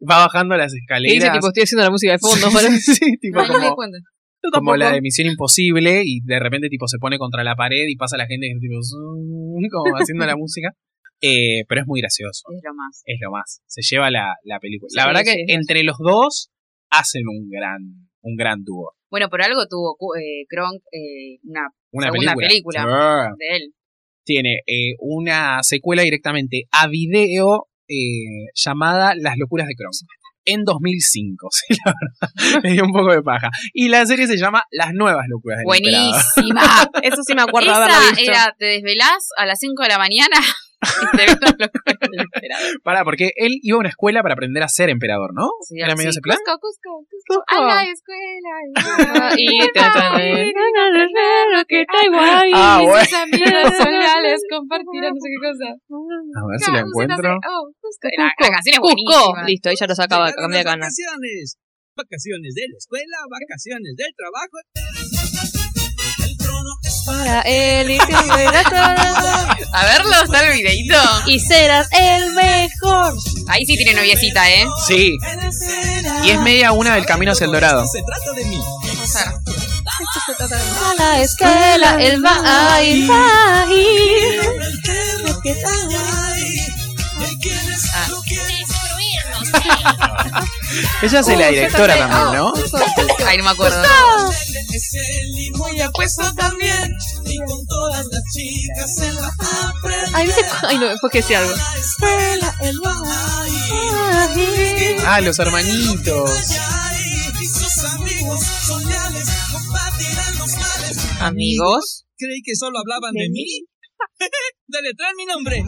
[SPEAKER 1] va bajando las
[SPEAKER 3] Le dice, tipo,
[SPEAKER 1] escaleras.
[SPEAKER 3] estoy haciendo la música de
[SPEAKER 1] <laughs>
[SPEAKER 3] fondo.
[SPEAKER 1] Sí,
[SPEAKER 3] boludo.
[SPEAKER 1] sí, sí, tipo
[SPEAKER 2] No, no me di
[SPEAKER 1] como,
[SPEAKER 2] cuenta.
[SPEAKER 6] Yo
[SPEAKER 1] como
[SPEAKER 6] tampoco.
[SPEAKER 1] la de Misión Imposible y de repente tipo se pone contra la pared y pasa la gente que tipo, <laughs> "Zum", como haciendo la música. Eh, pero es muy gracioso,
[SPEAKER 2] Es lo más.
[SPEAKER 1] es lo más. Se lleva la, la película. La
[SPEAKER 3] Sí,
[SPEAKER 1] verdad
[SPEAKER 3] sí,
[SPEAKER 1] que
[SPEAKER 3] es
[SPEAKER 1] entre los dos hacen un gran, un gran dúo.
[SPEAKER 2] Bueno, por algo tuvo Cu- eh, Kronk eh, una
[SPEAKER 1] Una
[SPEAKER 2] Segunda
[SPEAKER 1] película. Ah.
[SPEAKER 2] de él.
[SPEAKER 1] tiene eh, una secuela directamente a video eh, llamada Las locuras de Kronk. En 2005, <laughs> sí, la verdad. Me dio un poco de paja. Y la serie se llama Las nuevas locuras de <laughs>
[SPEAKER 2] Buenísima.
[SPEAKER 6] Eso sí me acuerdo
[SPEAKER 2] Esa
[SPEAKER 6] haberla visto.
[SPEAKER 2] era, te desvelás a las 5 de la mañana <laughs> y te ves los locos del emperador.
[SPEAKER 1] Pará, porque él iba a una escuela para aprender a ser emperador, ¿no?
[SPEAKER 2] Sí,
[SPEAKER 1] Era medio
[SPEAKER 2] sí.
[SPEAKER 1] ese plan.
[SPEAKER 2] Cusco, Cusco, Cusco, a la escuela.
[SPEAKER 3] Ah, y te guay.
[SPEAKER 1] Ah, bueno.
[SPEAKER 2] Mis amigos son leales, compartirán no sé qué cosa.
[SPEAKER 1] A ver si la
[SPEAKER 2] Ah, no sé, no sé.
[SPEAKER 1] encuentro.
[SPEAKER 2] Oh, Cusco. La, la canción es
[SPEAKER 3] Cusco.
[SPEAKER 2] buenísima.
[SPEAKER 3] Listo, ella lo sacaba,
[SPEAKER 4] Llegaron
[SPEAKER 3] cambia de
[SPEAKER 4] las
[SPEAKER 3] canal.
[SPEAKER 4] Vacaciones. Vacaciones de la escuela, vacaciones del trabajo.
[SPEAKER 3] Para él y
[SPEAKER 2] A verlo, está el videito.
[SPEAKER 3] Y serás el mejor.
[SPEAKER 2] Ahí sí tiene noviecita, ¿eh?
[SPEAKER 1] Sí, y es media una del camino hacia el dorado.
[SPEAKER 4] Se trata de mí.
[SPEAKER 2] O sea,
[SPEAKER 3] A la escuela él va a ir. va a ir.
[SPEAKER 1] Ella
[SPEAKER 2] Oh,
[SPEAKER 1] es la directora también, ¿no?
[SPEAKER 2] ahí no me acuerdo.
[SPEAKER 3] Ay, no sé cu- Ay, no, después que decía algo.
[SPEAKER 1] Ah, los hermanitos.
[SPEAKER 3] Amigos.
[SPEAKER 4] Creí que solo hablaban de, mí. <laughs> Dale, traen mi nombre.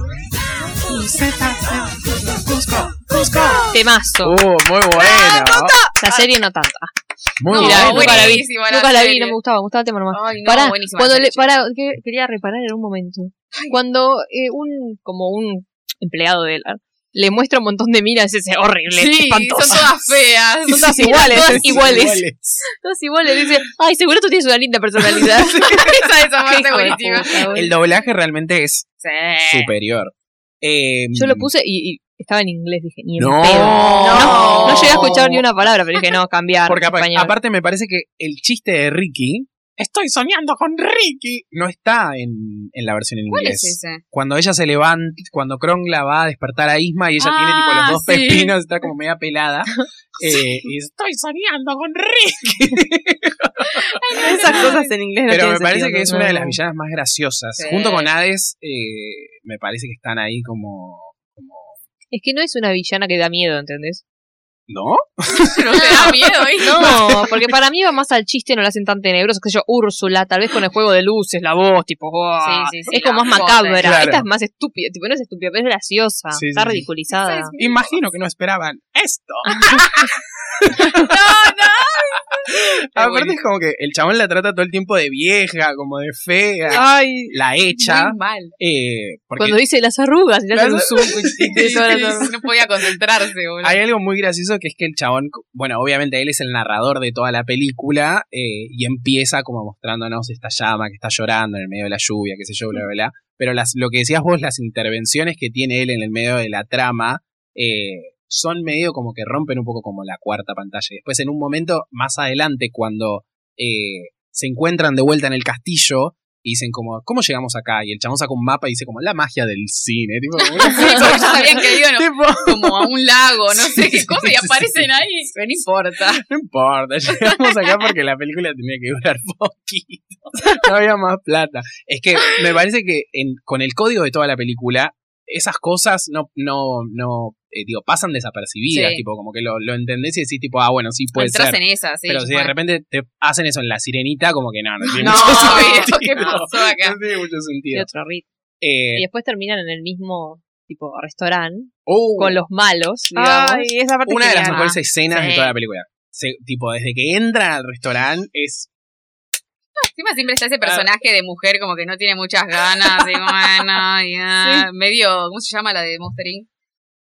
[SPEAKER 3] Temazo.
[SPEAKER 1] Uh, muy bueno.
[SPEAKER 2] Ah,
[SPEAKER 3] La serie no tanta.
[SPEAKER 1] Muy
[SPEAKER 5] No,
[SPEAKER 2] Mirá,
[SPEAKER 1] bueno.
[SPEAKER 2] nunca la vi.
[SPEAKER 5] buenísima la
[SPEAKER 2] Nunca la vi,
[SPEAKER 5] serie.
[SPEAKER 2] no me gustaba, me gustaba el tema nomás.
[SPEAKER 5] Ay, no,
[SPEAKER 2] Pará,
[SPEAKER 5] buenísima
[SPEAKER 2] cuando
[SPEAKER 5] la
[SPEAKER 2] le,
[SPEAKER 5] serie.
[SPEAKER 2] pará, que quería reparar en un momento. Cuando eh, un, como un empleado de él, le muestra un montón de minas, ese es horrible,
[SPEAKER 5] Sí,
[SPEAKER 2] espantoso.
[SPEAKER 5] son todas
[SPEAKER 2] <laughs>
[SPEAKER 5] feas.
[SPEAKER 2] Son todas
[SPEAKER 1] Sí,
[SPEAKER 2] iguales,
[SPEAKER 1] todas
[SPEAKER 2] todas iguales.
[SPEAKER 1] iguales.
[SPEAKER 2] <laughs> Todas iguales. Dice, ay, seguro tú tienes una linda personalidad.
[SPEAKER 5] Esa,
[SPEAKER 2] <laughs>
[SPEAKER 5] esa parte
[SPEAKER 2] Hijo de
[SPEAKER 5] buenísima.
[SPEAKER 2] puta, boludo.
[SPEAKER 1] El doblaje realmente es
[SPEAKER 5] Sí.
[SPEAKER 1] superior. Eh,
[SPEAKER 2] Yo lo puse y, y estaba en inglés, dije, ni en
[SPEAKER 1] No.
[SPEAKER 2] pedo. No, no llegué a
[SPEAKER 1] No.
[SPEAKER 2] escuchar ni una palabra, pero dije, no, cambiar.
[SPEAKER 1] Porque apa-
[SPEAKER 2] español.
[SPEAKER 1] aparte me parece que el chiste de Ricky, estoy soñando con Ricky, no está en, en la versión en
[SPEAKER 5] ¿Cuál
[SPEAKER 1] inglés.
[SPEAKER 5] es ese?
[SPEAKER 1] Cuando ella se levanta, cuando Krong la va a despertar a Isma y ella tiene tipo los
[SPEAKER 5] Ah,
[SPEAKER 1] dos
[SPEAKER 5] sí.
[SPEAKER 1] pepinos, está como media
[SPEAKER 5] <laughs>
[SPEAKER 1] pelada. eh, y dice, estoy soñando con Ricky.
[SPEAKER 3] Esas cosas en inglés no
[SPEAKER 1] Pero me
[SPEAKER 3] tienen
[SPEAKER 1] parece
[SPEAKER 3] sentido,
[SPEAKER 1] que es
[SPEAKER 3] ¿no?
[SPEAKER 1] una de las villanas más graciosas.
[SPEAKER 5] Sí.
[SPEAKER 1] Junto con Hades, eh, me parece que están ahí como... como
[SPEAKER 2] Es que no es una villana que da miedo, ¿entendés?
[SPEAKER 1] ¿No?
[SPEAKER 2] <laughs>
[SPEAKER 5] No te da miedo, ¿eh?
[SPEAKER 2] No, porque para mí va más al chiste, no la hacen tan tenebrosa. Que yo, Úrsula, tal vez con el juego de luces, la voz, tipo, ¡guau!
[SPEAKER 5] Sí, sí, sí,
[SPEAKER 2] es como
[SPEAKER 5] la
[SPEAKER 2] más
[SPEAKER 5] voz,
[SPEAKER 2] macabra.
[SPEAKER 1] claro.
[SPEAKER 2] Esta es más estúpida, tipo, no es estúpida, pero es graciosa,
[SPEAKER 1] Sí,
[SPEAKER 2] está
[SPEAKER 1] sí, sí.
[SPEAKER 2] ridiculizada.
[SPEAKER 5] Sí,
[SPEAKER 1] Imagino que no esperaban esto. Ah, Aparte es como que el chabón la trata todo el tiempo de vieja, como de fea,
[SPEAKER 2] Ay,
[SPEAKER 1] la hecha.
[SPEAKER 5] Muy mal.
[SPEAKER 1] eh, porque
[SPEAKER 2] Ah, cuando dice las arrugas, y le hacen un
[SPEAKER 1] Las-
[SPEAKER 2] zoom, y te
[SPEAKER 5] Sí,
[SPEAKER 2] todas las
[SPEAKER 5] sí,
[SPEAKER 2] arrugas.
[SPEAKER 5] no podía concentrarse, boludo.
[SPEAKER 1] hay algo muy gracioso que es que el chabón, bueno, obviamente él es el narrador de toda la película eh, y empieza como mostrándonos esta llama que está llorando en el medio de la lluvia, qué sé yo, bla, bla, bla. Pero las, lo que decías vos, las intervenciones que tiene él en el medio de la trama eh, son medio como que rompen un poco como la cuarta pantalla. Y después en un momento más adelante, cuando eh, se encuentran de vuelta en el castillo, y dicen como, ¿cómo llegamos acá? Y el chabón saca un mapa y dice como, la magia del cine. Tipo, <laughs>
[SPEAKER 5] Ellos sabían que iban
[SPEAKER 1] tipo,
[SPEAKER 5] como a un lago, no sé qué
[SPEAKER 1] Sí,
[SPEAKER 5] cosa,
[SPEAKER 1] sí,
[SPEAKER 5] y
[SPEAKER 1] sí,
[SPEAKER 5] aparecen ahí. Pero no importa.
[SPEAKER 1] No importa, <laughs> llegamos acá porque la película tenía que durar <laughs> poquito. No había más plata. Es que me parece que en- con el código de toda la película, esas cosas no, no, no, eh, digo, pasan desapercibidas,
[SPEAKER 5] Sí.
[SPEAKER 1] tipo, como que lo, lo entendés y decís tipo, ah, bueno, sí puede
[SPEAKER 5] Entras
[SPEAKER 1] ser.
[SPEAKER 5] en esa, sí.
[SPEAKER 1] Pero si de
[SPEAKER 5] bueno.
[SPEAKER 1] repente te hacen eso en la sirenita, como que no, no tiene <laughs>
[SPEAKER 5] No, <laughs>
[SPEAKER 1] mucho
[SPEAKER 5] viejo,
[SPEAKER 1] sentido.
[SPEAKER 5] ¿qué pasó acá?
[SPEAKER 1] No tiene mucho
[SPEAKER 2] Y
[SPEAKER 1] sentido.
[SPEAKER 2] otro ritmo.
[SPEAKER 1] Eh,
[SPEAKER 2] Y después terminan en el mismo, tipo, restaurante,
[SPEAKER 1] uh,
[SPEAKER 2] con los malos, digamos.
[SPEAKER 3] Ay, esa parte
[SPEAKER 1] una de las
[SPEAKER 3] genial.
[SPEAKER 1] mejores escenas de
[SPEAKER 5] Sí.
[SPEAKER 1] toda la película. Se- tipo, desde que entran al restaurante es
[SPEAKER 5] Encima siempre está ese personaje de mujer como que no tiene muchas ganas, y bueno, ya. Medio, ¿cómo se llama la de Monster Inc?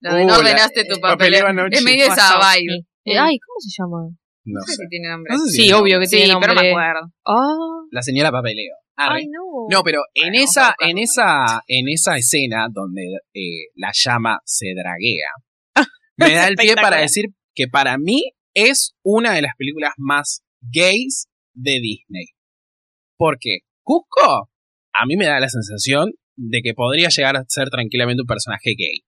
[SPEAKER 5] La de
[SPEAKER 1] Uh,
[SPEAKER 5] no
[SPEAKER 1] la-
[SPEAKER 5] ordenaste tu
[SPEAKER 1] el
[SPEAKER 5] papel.
[SPEAKER 1] papeleo anoche.
[SPEAKER 5] Es medio esa
[SPEAKER 2] Wazowski.
[SPEAKER 5] vibe.
[SPEAKER 2] Eh, Ay, ¿cómo se llama?
[SPEAKER 5] No
[SPEAKER 1] No
[SPEAKER 5] sé si tiene nombre.
[SPEAKER 1] No sé si
[SPEAKER 2] Sí,
[SPEAKER 1] era
[SPEAKER 2] obvio que
[SPEAKER 5] Sí,
[SPEAKER 2] tiene nombre.
[SPEAKER 5] pero me acuerdo.
[SPEAKER 2] Ah,
[SPEAKER 1] La señora papeleo. Arre.
[SPEAKER 2] ay, no.
[SPEAKER 1] no, pero en
[SPEAKER 5] Bueno,
[SPEAKER 1] esa,
[SPEAKER 5] vamos a
[SPEAKER 1] en esa, en esa escena donde eh, la llama se draguea,
[SPEAKER 5] Ah,
[SPEAKER 1] me da el pie para
[SPEAKER 3] Espectacular.
[SPEAKER 1] decir que para mí es una de las películas más gays de Disney. Porque Cusco, a mí me da la sensación de que podría llegar a ser tranquilamente un personaje gay.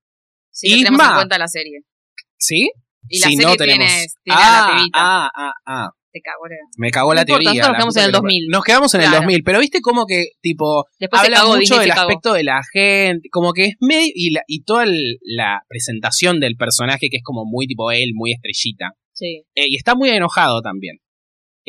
[SPEAKER 5] Sí, no tenemos en
[SPEAKER 1] Isma.
[SPEAKER 5] cuenta la serie.
[SPEAKER 1] ¿Sí?
[SPEAKER 5] Y la
[SPEAKER 1] Si
[SPEAKER 5] serie
[SPEAKER 1] no
[SPEAKER 5] tiene,
[SPEAKER 1] tenemos-
[SPEAKER 5] tiene a
[SPEAKER 1] ah,
[SPEAKER 5] la pibita.
[SPEAKER 1] ah, ah, ah.
[SPEAKER 5] Te cago, boludo.
[SPEAKER 1] Me cagó
[SPEAKER 2] No
[SPEAKER 1] la
[SPEAKER 2] importa,
[SPEAKER 1] teoría.
[SPEAKER 2] nosotros
[SPEAKER 1] la
[SPEAKER 2] nos quedamos
[SPEAKER 1] puta
[SPEAKER 2] en el
[SPEAKER 1] que lo
[SPEAKER 2] 2000.
[SPEAKER 1] parió. Nos quedamos en el
[SPEAKER 5] Claro.
[SPEAKER 1] 2000, pero viste como que, tipo,
[SPEAKER 2] Después se
[SPEAKER 1] habla
[SPEAKER 2] cagó,
[SPEAKER 1] mucho
[SPEAKER 2] Disney
[SPEAKER 1] del
[SPEAKER 2] se cagó.
[SPEAKER 1] aspecto de la gente, como que es medio, y, la, y toda el- la presentación del personaje que es como muy tipo él, muy estrellita.
[SPEAKER 2] Sí.
[SPEAKER 1] Eh, y está muy enojado también.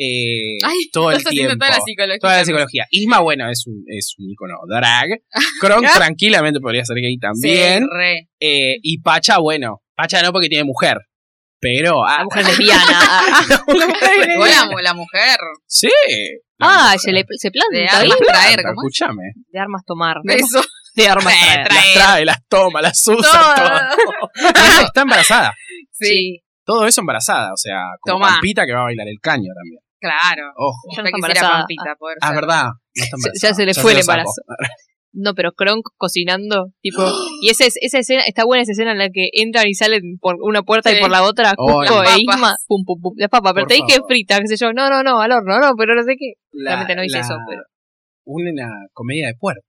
[SPEAKER 1] Eh,
[SPEAKER 5] Ay,
[SPEAKER 2] <laughs>
[SPEAKER 1] todo el
[SPEAKER 5] Estás haciendo
[SPEAKER 1] tiempo.
[SPEAKER 5] toda la psicología.
[SPEAKER 1] Toda la psicología. Isma, bueno, es un, es un icono
[SPEAKER 2] <laughs>
[SPEAKER 1] drag. Kronk tranquilamente podría ser gay también.
[SPEAKER 5] Sí, re.
[SPEAKER 1] Eh, y Pacha, bueno, Pacha no porque tiene mujer. Pero, ah, <laughs>
[SPEAKER 2] La mujer lesbiana. <laughs>
[SPEAKER 5] Llegó la, la mujer
[SPEAKER 1] sí.
[SPEAKER 5] <laughs>
[SPEAKER 2] ah, se, le, se
[SPEAKER 5] de
[SPEAKER 2] planta. ahí.
[SPEAKER 5] armas traer, ¿cómo es?
[SPEAKER 1] escúchame.
[SPEAKER 2] De armas tomar.
[SPEAKER 5] De eso.
[SPEAKER 2] De armas
[SPEAKER 5] Eh,
[SPEAKER 2] Eh, traer.
[SPEAKER 5] traer.
[SPEAKER 1] las trae, las toma, las usa, todo.
[SPEAKER 2] <laughs>
[SPEAKER 5] Todo.
[SPEAKER 1] Bueno, está embarazada.
[SPEAKER 5] <laughs> Sí,
[SPEAKER 1] Todo eso embarazada, o sea, como
[SPEAKER 5] Tomá.
[SPEAKER 1] Pampita que va a bailar el caño también.
[SPEAKER 5] claro.
[SPEAKER 1] Ojo.
[SPEAKER 2] Ya
[SPEAKER 5] Ya
[SPEAKER 2] no
[SPEAKER 5] quisiera
[SPEAKER 2] está embarazada.
[SPEAKER 5] Pampita poder
[SPEAKER 1] Ah,
[SPEAKER 5] ser.
[SPEAKER 1] verdad. No está
[SPEAKER 2] Ya-
[SPEAKER 1] embarazada.
[SPEAKER 2] ya se le fue
[SPEAKER 1] lo
[SPEAKER 2] el
[SPEAKER 1] sacó. ¡Ah!
[SPEAKER 2] embarazo. No, pero Kronk cocinando, tipo. Y esa, es- esa escena, está buena esa escena en la que entran y salen por una puerta y
[SPEAKER 5] Sí.
[SPEAKER 2] por la otra.
[SPEAKER 1] Oh,
[SPEAKER 2] Cusco
[SPEAKER 5] las
[SPEAKER 2] e
[SPEAKER 5] papas.
[SPEAKER 2] Isma, pum, pum, pum. La papa, pero
[SPEAKER 1] Por
[SPEAKER 2] te dije
[SPEAKER 1] favor.
[SPEAKER 2] frita, qué sé yo. No, no, no, al horno, no, pero no sé qué. Realmente no hice eso, pero-
[SPEAKER 1] Una comedia de puertas.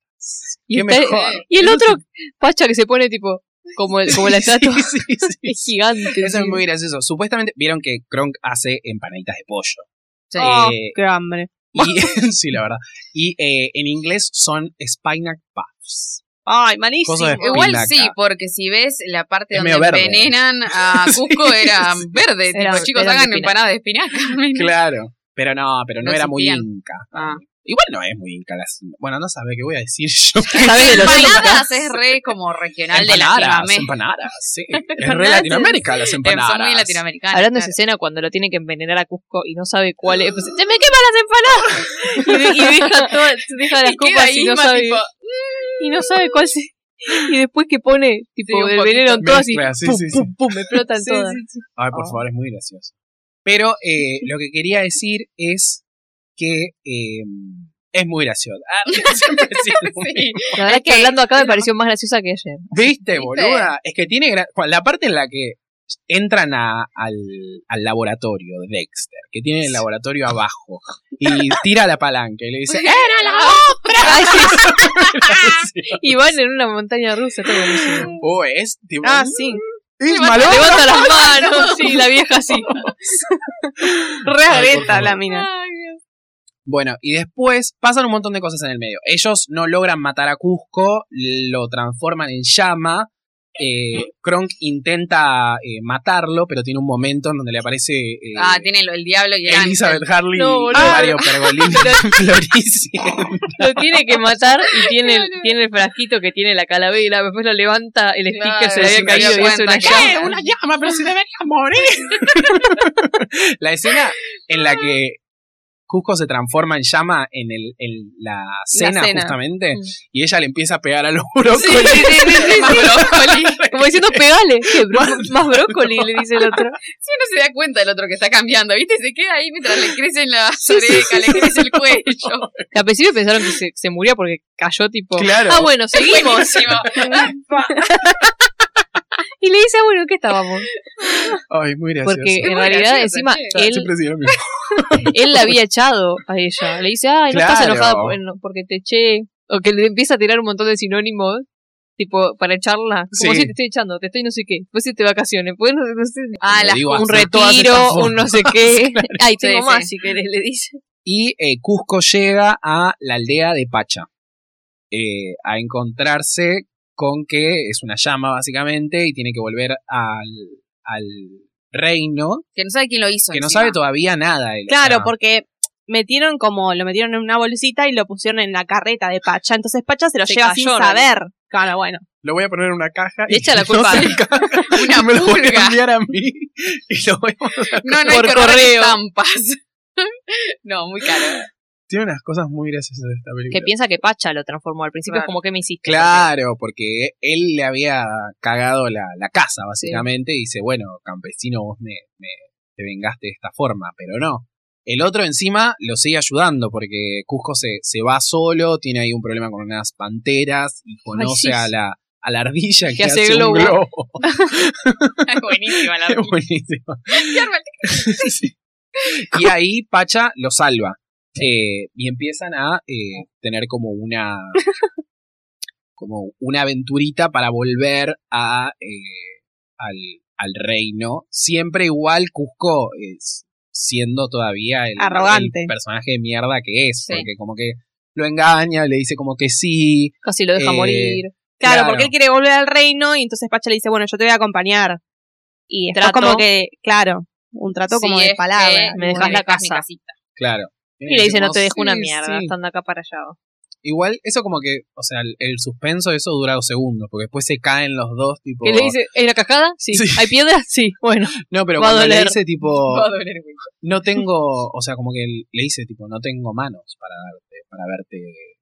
[SPEAKER 2] Y,
[SPEAKER 1] Qué
[SPEAKER 2] está-
[SPEAKER 1] mejor.
[SPEAKER 2] y el otro, Pacha, <laughs> que se pone tipo, como, el- como la estatua.
[SPEAKER 1] Sí, <laughs> sí, sí.
[SPEAKER 2] Es gigante.
[SPEAKER 1] Eso es
[SPEAKER 2] <laughs> sí.
[SPEAKER 1] muy gracioso. Supuestamente vieron que Kronk hace empanaditas de pollo.
[SPEAKER 5] Sí.
[SPEAKER 3] Oh,
[SPEAKER 1] Eh,
[SPEAKER 3] qué hambre.
[SPEAKER 1] y, <laughs> sí, la verdad. Y eh, en inglés son spinach puffs.
[SPEAKER 3] Ay, malísimo.
[SPEAKER 1] Cosas de-
[SPEAKER 5] Igual
[SPEAKER 1] Espinaca.
[SPEAKER 5] sí, porque si ves la parte
[SPEAKER 1] Es
[SPEAKER 5] donde
[SPEAKER 1] medio verde.
[SPEAKER 5] envenenan
[SPEAKER 1] <laughs>
[SPEAKER 5] a Cusco era verde.
[SPEAKER 2] Era-
[SPEAKER 5] tipo, chicos,
[SPEAKER 2] eran de
[SPEAKER 5] hagan
[SPEAKER 2] espinaca.
[SPEAKER 5] empanadas de espinaca.
[SPEAKER 1] Claro. Pero no, pero no,
[SPEAKER 5] No
[SPEAKER 1] era muy
[SPEAKER 5] existían.
[SPEAKER 1] inca.
[SPEAKER 5] Ah.
[SPEAKER 1] Igual no es muy incalazo. Bueno, no sabe qué voy a decir <laughs> yo.
[SPEAKER 2] ¿Sabes de los
[SPEAKER 5] Empanadas es re como regional de
[SPEAKER 1] empanadas,
[SPEAKER 5] Latinoamérica.
[SPEAKER 1] empanadas,
[SPEAKER 5] <laughs>
[SPEAKER 1] sí. Es re Latinoamérica las empanadas.
[SPEAKER 5] Son muy latinoamericanas.
[SPEAKER 2] Hablando de esa
[SPEAKER 5] claro. Ah.
[SPEAKER 2] escena cuando lo tiene que envenenar a Cusco y no sabe cuál es. Pues, ¡Se me queman las empanadas! Y, de- y <laughs> deja, todo, deja
[SPEAKER 5] <laughs>
[SPEAKER 2] las
[SPEAKER 5] Y queda
[SPEAKER 2] copas
[SPEAKER 5] ahí,
[SPEAKER 2] y no
[SPEAKER 5] más
[SPEAKER 2] sabe. <laughs>
[SPEAKER 5] tipo,
[SPEAKER 2] Y no sabe cuál se. Y después que pone, tipo,
[SPEAKER 5] un
[SPEAKER 2] el
[SPEAKER 5] poquito.
[SPEAKER 2] veneno en todas y
[SPEAKER 1] Mezcla, sí,
[SPEAKER 2] pum,
[SPEAKER 1] sí,
[SPEAKER 2] pum, pum, me
[SPEAKER 5] <laughs>
[SPEAKER 2] explotan
[SPEAKER 5] Sí,
[SPEAKER 2] todas.
[SPEAKER 5] sí, sí.
[SPEAKER 1] Ay, por
[SPEAKER 2] Oh.
[SPEAKER 1] favor, es muy gracioso. Pero eh, lo que quería decir es que eh, es muy gracioso. Ah, <laughs> siempre
[SPEAKER 5] <laughs>
[SPEAKER 1] decimos lo mismo.
[SPEAKER 2] <laughs>
[SPEAKER 5] Sí.
[SPEAKER 2] La verdad
[SPEAKER 5] Es
[SPEAKER 2] es que
[SPEAKER 5] que-
[SPEAKER 2] hablando acá me
[SPEAKER 5] no.
[SPEAKER 2] pareció más graciosa que
[SPEAKER 5] <laughs>
[SPEAKER 2] ayer.
[SPEAKER 1] ¿Viste, boluda? Es que tiene. gra- cuando- La parte en la que entran a- al, al laboratorio de Dexter, que tiene el laboratorio
[SPEAKER 5] <laughs>
[SPEAKER 1] abajo, y tira la palanca y le dice: ¡Era la
[SPEAKER 2] Ah, Ay, sí, sí.
[SPEAKER 1] <laughs> otra!
[SPEAKER 2] Y van en una montaña rusa, todo
[SPEAKER 5] <laughs>
[SPEAKER 2] buenísimo.
[SPEAKER 1] Oh, es tipo.
[SPEAKER 3] Ah, sí.
[SPEAKER 1] Es
[SPEAKER 2] Le
[SPEAKER 1] malo.
[SPEAKER 2] Levanta las manos, sí, la
[SPEAKER 5] <laughs>
[SPEAKER 2] vieja así.
[SPEAKER 3] Re
[SPEAKER 1] Ay, por
[SPEAKER 3] Greta
[SPEAKER 1] favor.
[SPEAKER 3] la mina.
[SPEAKER 1] Bueno, y después pasan un montón de cosas en el medio. Ellos no logran matar a Cusco, lo transforman en llama. Eh, Kronk intenta eh, matarlo, pero tiene un momento en donde le aparece eh,
[SPEAKER 5] Ah, tiene lo- el diablo y el ángel.
[SPEAKER 1] Elizabeth Harley
[SPEAKER 2] No,
[SPEAKER 1] y
[SPEAKER 2] boludo.
[SPEAKER 1] Mario Pergolini <laughs> floreciendo.
[SPEAKER 2] <laughs> Lo <laughs> tiene que matar y tiene, el-
[SPEAKER 5] Claro.
[SPEAKER 2] tiene el frasquito que tiene la calavera. Después lo levanta, el sticker
[SPEAKER 5] Claro,
[SPEAKER 2] se le
[SPEAKER 5] sí,
[SPEAKER 2] había
[SPEAKER 5] me
[SPEAKER 2] caído
[SPEAKER 5] dio
[SPEAKER 2] y es
[SPEAKER 5] cuenta
[SPEAKER 2] una
[SPEAKER 5] que-
[SPEAKER 2] llama.
[SPEAKER 5] ¡Eh,
[SPEAKER 1] una llama! ¡Pero si debería morir! <laughs> la escena en la que Cusco se transforma en llama en, el, en la, cena,
[SPEAKER 5] cena.
[SPEAKER 1] justamente,
[SPEAKER 2] Mm. Ah,
[SPEAKER 1] y ella le empieza a pegar a los brócolis. Más brócolis.
[SPEAKER 2] Como diciendo, pegale. ¿Qué? Bro- más brócoli, le dice el otro.
[SPEAKER 5] Si uno se da cuenta del otro que está cambiando, ¿viste? Se queda ahí mientras le crecen
[SPEAKER 2] <laughs>
[SPEAKER 5] las orejas, le crece el cuello.
[SPEAKER 2] Que <laughs> al principio pensaron que se, se murió porque cayó tipo...
[SPEAKER 1] Claro.
[SPEAKER 2] Ah, bueno, seguimos.
[SPEAKER 5] Buenísimo.
[SPEAKER 2] Y le dice, ah, bueno, ¿en ¿qué estábamos?
[SPEAKER 1] Ay, muy gracioso.
[SPEAKER 2] <laughs> Porque en
[SPEAKER 5] muy
[SPEAKER 2] realidad,
[SPEAKER 5] gracioso,
[SPEAKER 2] encima,
[SPEAKER 5] che.
[SPEAKER 2] él,
[SPEAKER 1] Siempre digo lo mismo.
[SPEAKER 2] él la había echado a ella. Le dice, ay, no estás
[SPEAKER 1] Claro.
[SPEAKER 2] enojada por- no, porque te eché. O que le empieza a tirar un montón de sinónimos, tipo, para echarla. Como
[SPEAKER 1] Sí.
[SPEAKER 2] si te estoy echando, te estoy no sé qué. Después irte de vacaciones. Pues no, no sé,
[SPEAKER 5] Ah,
[SPEAKER 1] Lo
[SPEAKER 5] las
[SPEAKER 1] digo
[SPEAKER 5] cosas.
[SPEAKER 2] un
[SPEAKER 1] hacer todas
[SPEAKER 2] retiro,
[SPEAKER 1] estas
[SPEAKER 2] un no sé
[SPEAKER 1] <laughs>
[SPEAKER 2] qué. Ay,
[SPEAKER 5] Sí,
[SPEAKER 2] tengo
[SPEAKER 5] sí.
[SPEAKER 2] más, si querés, le dice.
[SPEAKER 1] Y eh, Cusco llega a la aldea de Pacha eh, a encontrarse con que es una llama, básicamente, y tiene que volver al, al reino,
[SPEAKER 5] Que no sabe quién lo hizo.
[SPEAKER 1] que no
[SPEAKER 5] encima.
[SPEAKER 1] sabe todavía nada. él, o
[SPEAKER 3] Claro,
[SPEAKER 2] Ah.
[SPEAKER 1] sea,
[SPEAKER 3] porque metieron como, lo metieron en una bolsita y lo pusieron en la carreta de Pacha. Entonces Pacha se lo
[SPEAKER 2] Se
[SPEAKER 3] lleva
[SPEAKER 2] cayó,
[SPEAKER 3] sin
[SPEAKER 2] ¿no?
[SPEAKER 3] saber. Claro, bueno.
[SPEAKER 1] Lo voy a poner en una caja
[SPEAKER 2] Le echa la culpa a él. <laughs>
[SPEAKER 1] una <laughs> me lo voy a
[SPEAKER 5] pulga.
[SPEAKER 1] cambiar a mí. Y lo voy a...
[SPEAKER 5] <laughs> No, no hay
[SPEAKER 2] Por
[SPEAKER 5] que ahorrar
[SPEAKER 2] correo.
[SPEAKER 5] estampas. <laughs> No, muy caro.
[SPEAKER 1] Tiene unas cosas muy graciosas de esta película.
[SPEAKER 2] Que piensa que Pacha lo transformó. Al principio es
[SPEAKER 5] Claro.
[SPEAKER 2] como, ¿qué me hiciste?
[SPEAKER 1] Claro, porque él le había cagado la, la casa, básicamente, y dice, bueno, campesino, vos me, me- te vengaste de esta forma, pero no. El otro encima lo sigue ayudando porque Cusco se, se va solo, tiene ahí un problema con unas panteras y conoce
[SPEAKER 2] sí,
[SPEAKER 1] a,
[SPEAKER 2] sí.
[SPEAKER 1] la, a la ardilla que,
[SPEAKER 2] Que hace
[SPEAKER 1] hace, un
[SPEAKER 2] globo.
[SPEAKER 1] globo.
[SPEAKER 5] <laughs> Buenísima
[SPEAKER 1] <laughs>
[SPEAKER 5] la
[SPEAKER 1] Es buenísimo.
[SPEAKER 2] <laughs>
[SPEAKER 1] Sí. Y ahí Pacha lo salva. Eh, y empiezan a eh, tener como una. como una aventurita para volver a. eh, al, al reino. Siempre igual Cusco es siendo todavía el,
[SPEAKER 3] Arrogante.
[SPEAKER 1] el personaje de mierda que es.
[SPEAKER 5] Sí.
[SPEAKER 1] Porque como que lo engaña, le dice como que sí.
[SPEAKER 2] Casi lo deja
[SPEAKER 1] Eh,
[SPEAKER 2] morir.
[SPEAKER 3] Claro,
[SPEAKER 1] Claro.
[SPEAKER 3] porque él quiere volver al reino y entonces Pacha le dice, bueno, yo te voy a acompañar. Y después
[SPEAKER 2] Trato.
[SPEAKER 3] como que, claro, un trato
[SPEAKER 5] Sí,
[SPEAKER 3] como
[SPEAKER 5] es eh,
[SPEAKER 3] de
[SPEAKER 5] que
[SPEAKER 3] palabra.
[SPEAKER 2] me dejas la
[SPEAKER 5] mi
[SPEAKER 2] casa.
[SPEAKER 5] casita.
[SPEAKER 1] Claro.
[SPEAKER 2] Y le dice, no te
[SPEAKER 1] Como,
[SPEAKER 2] dejo una
[SPEAKER 1] "Sí,
[SPEAKER 2] mierda,
[SPEAKER 1] sí".
[SPEAKER 2] estando acá para allá.
[SPEAKER 1] Igual, eso como que, o sea, el, el suspenso de eso dura dos segundos, porque después se caen los dos, tipo...
[SPEAKER 2] ¿Qué le dice? ¿Hay una cascada? Sí.
[SPEAKER 1] Sí.
[SPEAKER 2] ¿Hay piedras? Sí. Bueno.
[SPEAKER 1] <laughs> no, pero
[SPEAKER 2] va a
[SPEAKER 1] cuando le
[SPEAKER 2] doler.
[SPEAKER 1] dice,
[SPEAKER 2] <laughs>
[SPEAKER 1] tipo,
[SPEAKER 5] Va a doler, güey.
[SPEAKER 1] no tengo, o sea, como que le dice, tipo, no tengo manos para darte, para verte,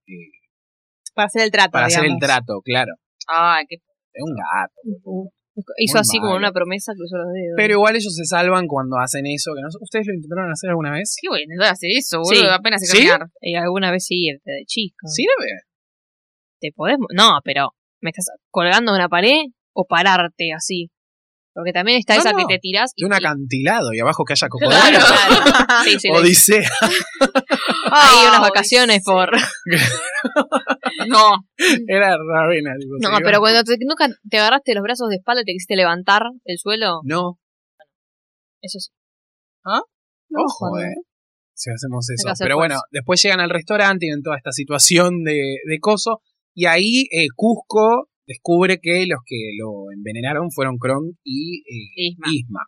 [SPEAKER 1] eh,
[SPEAKER 3] Para hacer el trato,
[SPEAKER 1] para hacer el
[SPEAKER 3] digamos.
[SPEAKER 1] trato, claro.
[SPEAKER 5] Ah, qué
[SPEAKER 1] Es un gato. boludo.
[SPEAKER 2] Hizo
[SPEAKER 1] Muy
[SPEAKER 2] así como
[SPEAKER 1] malo.
[SPEAKER 2] una promesa, cruzó los dedos.
[SPEAKER 1] Pero igual ellos se salvan cuando hacen eso, que no sé- ¿ustedes lo intentaron hacer alguna vez?
[SPEAKER 5] qué bueno. Entonces hace eso,
[SPEAKER 2] Sí.
[SPEAKER 5] boludo. Apenas se
[SPEAKER 1] ¿Sí?
[SPEAKER 5] caminar.
[SPEAKER 2] Y alguna vez sí, el de chica.
[SPEAKER 1] ¿Sirve?
[SPEAKER 2] ¿Te podés? mo- No, pero ¿me estás colgando de una pared o pararte así? Porque también está
[SPEAKER 1] No,
[SPEAKER 2] esa que
[SPEAKER 1] no.
[SPEAKER 2] te tirás y...
[SPEAKER 1] De un
[SPEAKER 2] y-
[SPEAKER 1] acantilado y abajo que haya
[SPEAKER 2] Claro,
[SPEAKER 1] cocodrilos.
[SPEAKER 2] claro. Sí, sí, le-
[SPEAKER 1] Odisea.
[SPEAKER 2] <laughs> Hay unas
[SPEAKER 5] Ah,
[SPEAKER 2] vacaciones <laughs> por...
[SPEAKER 5] No.
[SPEAKER 1] Era Ravena. tipo,
[SPEAKER 2] No,
[SPEAKER 1] se iba.
[SPEAKER 2] pero cuando te- nunca te agarraste los brazos de espalda y te quisiste levantar del suelo,
[SPEAKER 1] No.
[SPEAKER 2] eso sí.
[SPEAKER 1] Ojo, eh. Si hacemos eso.
[SPEAKER 2] que hacer
[SPEAKER 1] Pero bueno,
[SPEAKER 2] fuerza.
[SPEAKER 1] después llegan al restaurante y en toda esta situación de, de coso. Y ahí eh, Cusco descubre que los que lo envenenaron fueron Kron y eh,
[SPEAKER 5] Isma.
[SPEAKER 1] Isma.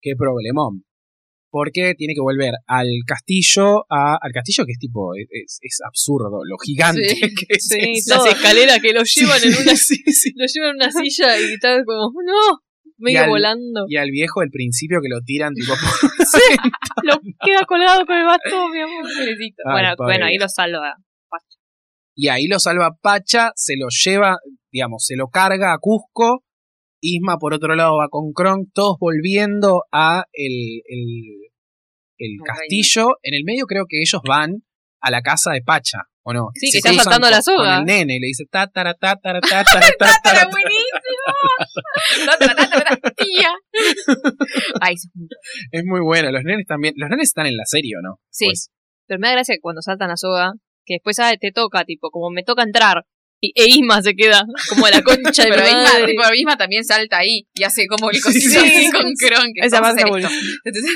[SPEAKER 1] Qué problemón. porque tiene que volver al castillo, a- al castillo que es tipo, es, es absurdo, lo gigante
[SPEAKER 2] Sí,
[SPEAKER 1] <laughs> que es.
[SPEAKER 2] Sí,
[SPEAKER 1] eso.
[SPEAKER 2] las escaleras que lo llevan en
[SPEAKER 1] <laughs>
[SPEAKER 2] una
[SPEAKER 1] Sí,
[SPEAKER 2] <laughs>
[SPEAKER 1] sí.
[SPEAKER 2] lo llevan en una silla y está como, no, medio
[SPEAKER 1] Y al-
[SPEAKER 2] volando.
[SPEAKER 1] Y al viejo del principio que lo tiran tipo por-
[SPEAKER 2] Lo queda colgado con el bastón, mi amor. Pobrecito.
[SPEAKER 1] Ay,
[SPEAKER 2] bueno,
[SPEAKER 1] pobre.
[SPEAKER 2] bueno, ahí lo salva.
[SPEAKER 1] Y ahí lo salva Pacha, se lo lleva, digamos, se lo carga a Cusco. Isma, por otro lado, va con Kronk, todos volviendo a el, el, el
[SPEAKER 5] reino.
[SPEAKER 1] castillo. En el medio creo que ellos van a la casa de Pacha, ¿o no?
[SPEAKER 2] Sí,
[SPEAKER 1] Se
[SPEAKER 2] que está
[SPEAKER 1] cruzan
[SPEAKER 2] saltando
[SPEAKER 1] con-
[SPEAKER 2] la soga.
[SPEAKER 1] Con el nene, y le dice ta, tara, ta, tara, ta,
[SPEAKER 2] <laughs>
[SPEAKER 1] tara, ta, tara,
[SPEAKER 5] ¡Tátara,
[SPEAKER 1] ta.
[SPEAKER 5] buenísimo! ¡Tátara, tátara, tía! Ay, eso es muy bueno.
[SPEAKER 1] Es muy bueno, los nenes también. Los nenes están en la serie, ¿o no?
[SPEAKER 5] Sí.
[SPEAKER 1] Pues,
[SPEAKER 2] Pero me da gracia que cuando saltan a soga, que después ah, te toca, tipo, como me toca entrar. Y e Isma se queda como a la concha
[SPEAKER 5] <laughs>
[SPEAKER 2] de
[SPEAKER 5] Pero
[SPEAKER 2] mi
[SPEAKER 5] Isma,
[SPEAKER 2] madre.
[SPEAKER 4] Eh,
[SPEAKER 5] tipo, Isma también salta ahí y hace como el
[SPEAKER 1] Sí, sí,
[SPEAKER 5] cosito así
[SPEAKER 3] sí.
[SPEAKER 5] con Kron. que
[SPEAKER 3] Esa
[SPEAKER 5] vamos a
[SPEAKER 3] parte
[SPEAKER 5] hacer esto.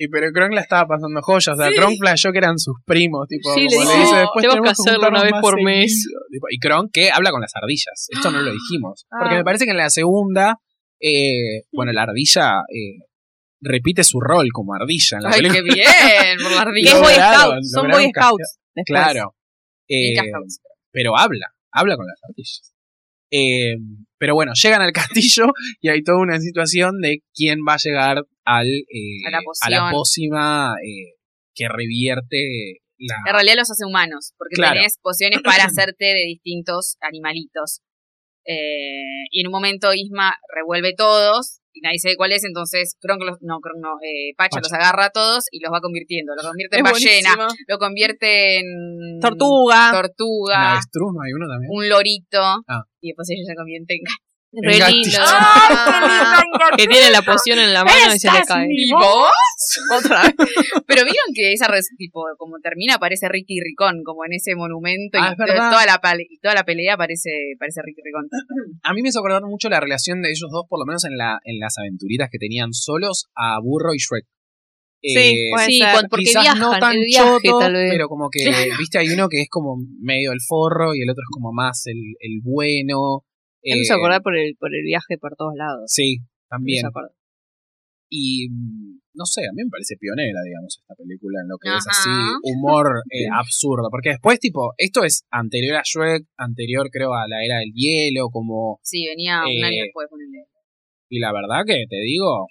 [SPEAKER 1] Y pero Kronk la estaba pasando joyas. O sea,
[SPEAKER 5] Sí.
[SPEAKER 1] Kronk flashó que eran sus primos. Tipo,
[SPEAKER 2] Sí, le
[SPEAKER 1] como
[SPEAKER 5] dice,
[SPEAKER 1] después
[SPEAKER 2] "Tenemos
[SPEAKER 1] tenemos
[SPEAKER 2] que hacerlo
[SPEAKER 1] juntarnos
[SPEAKER 2] una vez
[SPEAKER 1] más
[SPEAKER 2] por mes".
[SPEAKER 1] seguido. Tipo, Y Kronk que habla con las ardillas. Esto no lo dijimos. Porque
[SPEAKER 2] Ah.
[SPEAKER 1] me parece que en la segunda, eh, bueno, la ardilla eh, repite su rol como ardilla en la
[SPEAKER 5] Ay,
[SPEAKER 1] <laughs> película.
[SPEAKER 5] qué bien, por la
[SPEAKER 3] Que
[SPEAKER 5] ardilla.
[SPEAKER 3] es Boy
[SPEAKER 1] Lograron,
[SPEAKER 3] Scouts, son
[SPEAKER 1] lograron
[SPEAKER 3] Boy Scouts. después.
[SPEAKER 1] Claro. Eh,
[SPEAKER 5] Ninja Scouts.
[SPEAKER 1] pero habla, habla con las ardillas. Eh, pero bueno, llegan al castillo y hay toda una situación de quién va a llegar al, eh,
[SPEAKER 5] A la
[SPEAKER 1] a la
[SPEAKER 5] poción.
[SPEAKER 1] pócima eh, que revierte la...
[SPEAKER 5] En realidad los hace humanos, porque
[SPEAKER 1] Claro.
[SPEAKER 5] tenés pociones para hacerte de distintos animalitos. Eh, y en un momento Isma revuelve todos y nadie sabe cuál es, entonces Kronk los, no, Kronk no, eh, Pacha,
[SPEAKER 1] Pacha.
[SPEAKER 5] los agarra a todos y los va convirtiendo. Lo convierte
[SPEAKER 3] Es
[SPEAKER 5] en ballena,
[SPEAKER 3] buenísimo.
[SPEAKER 5] lo convierte en
[SPEAKER 3] Tortuga.
[SPEAKER 1] En
[SPEAKER 5] tortuga,
[SPEAKER 1] avestruz no hay uno también.
[SPEAKER 5] un lorito,
[SPEAKER 1] ¿eh? Ah.
[SPEAKER 5] y después ella se convierte en gato.
[SPEAKER 2] Re
[SPEAKER 1] Venga,
[SPEAKER 2] lindo.
[SPEAKER 3] <laughs>
[SPEAKER 1] tío.
[SPEAKER 3] ¡Ah,
[SPEAKER 2] <laughs>
[SPEAKER 5] <laughs>
[SPEAKER 2] Que tiene la poción en la mano y se
[SPEAKER 5] ¡Esta
[SPEAKER 2] le
[SPEAKER 5] es
[SPEAKER 2] cae.
[SPEAKER 5] mi
[SPEAKER 1] <laughs>
[SPEAKER 5] voz!
[SPEAKER 3] Otra
[SPEAKER 1] Eh.
[SPEAKER 3] vez.
[SPEAKER 5] Pero vieron que esa res- tipo, como termina, aparece Ricky Ricón, como en ese monumento,
[SPEAKER 1] Ah,
[SPEAKER 5] y
[SPEAKER 1] es
[SPEAKER 5] to-
[SPEAKER 1] verdad.
[SPEAKER 5] toda la, pale- y toda la pelea parece, parece Ricky Ricón.
[SPEAKER 1] A mí me hizo acordar mucho la relación de ellos dos, por lo menos en, la, en las aventuritas que tenían solos a Burro y Shrek. Eh,
[SPEAKER 3] Sí, puede
[SPEAKER 2] Sí,
[SPEAKER 3] ser.
[SPEAKER 2] cuando- porque
[SPEAKER 1] quizás
[SPEAKER 2] viajan,
[SPEAKER 1] no tan
[SPEAKER 2] el viaje
[SPEAKER 1] choto,
[SPEAKER 2] tal vez.
[SPEAKER 1] pero
[SPEAKER 2] <laughs>
[SPEAKER 1] como que, viste, hay uno que es como medio el forro y el otro es como más el, el bueno.
[SPEAKER 2] Me
[SPEAKER 1] eh,
[SPEAKER 2] hizo acordar por el, por el viaje por todos lados.
[SPEAKER 1] Sí,
[SPEAKER 2] Me
[SPEAKER 1] también.
[SPEAKER 2] hizo acordar.
[SPEAKER 1] Y mm, no sé, a mí me parece pionera, digamos, esta película en lo que es
[SPEAKER 5] Ajá.
[SPEAKER 1] así,
[SPEAKER 3] <laughs>
[SPEAKER 1] humor eh, absurdo. Porque después, tipo, esto es anterior a Shrek, anterior creo a la era del hielo, como...
[SPEAKER 5] Sí, venía un año
[SPEAKER 1] Eh,
[SPEAKER 5] después, ponele.
[SPEAKER 1] Y la verdad que te digo,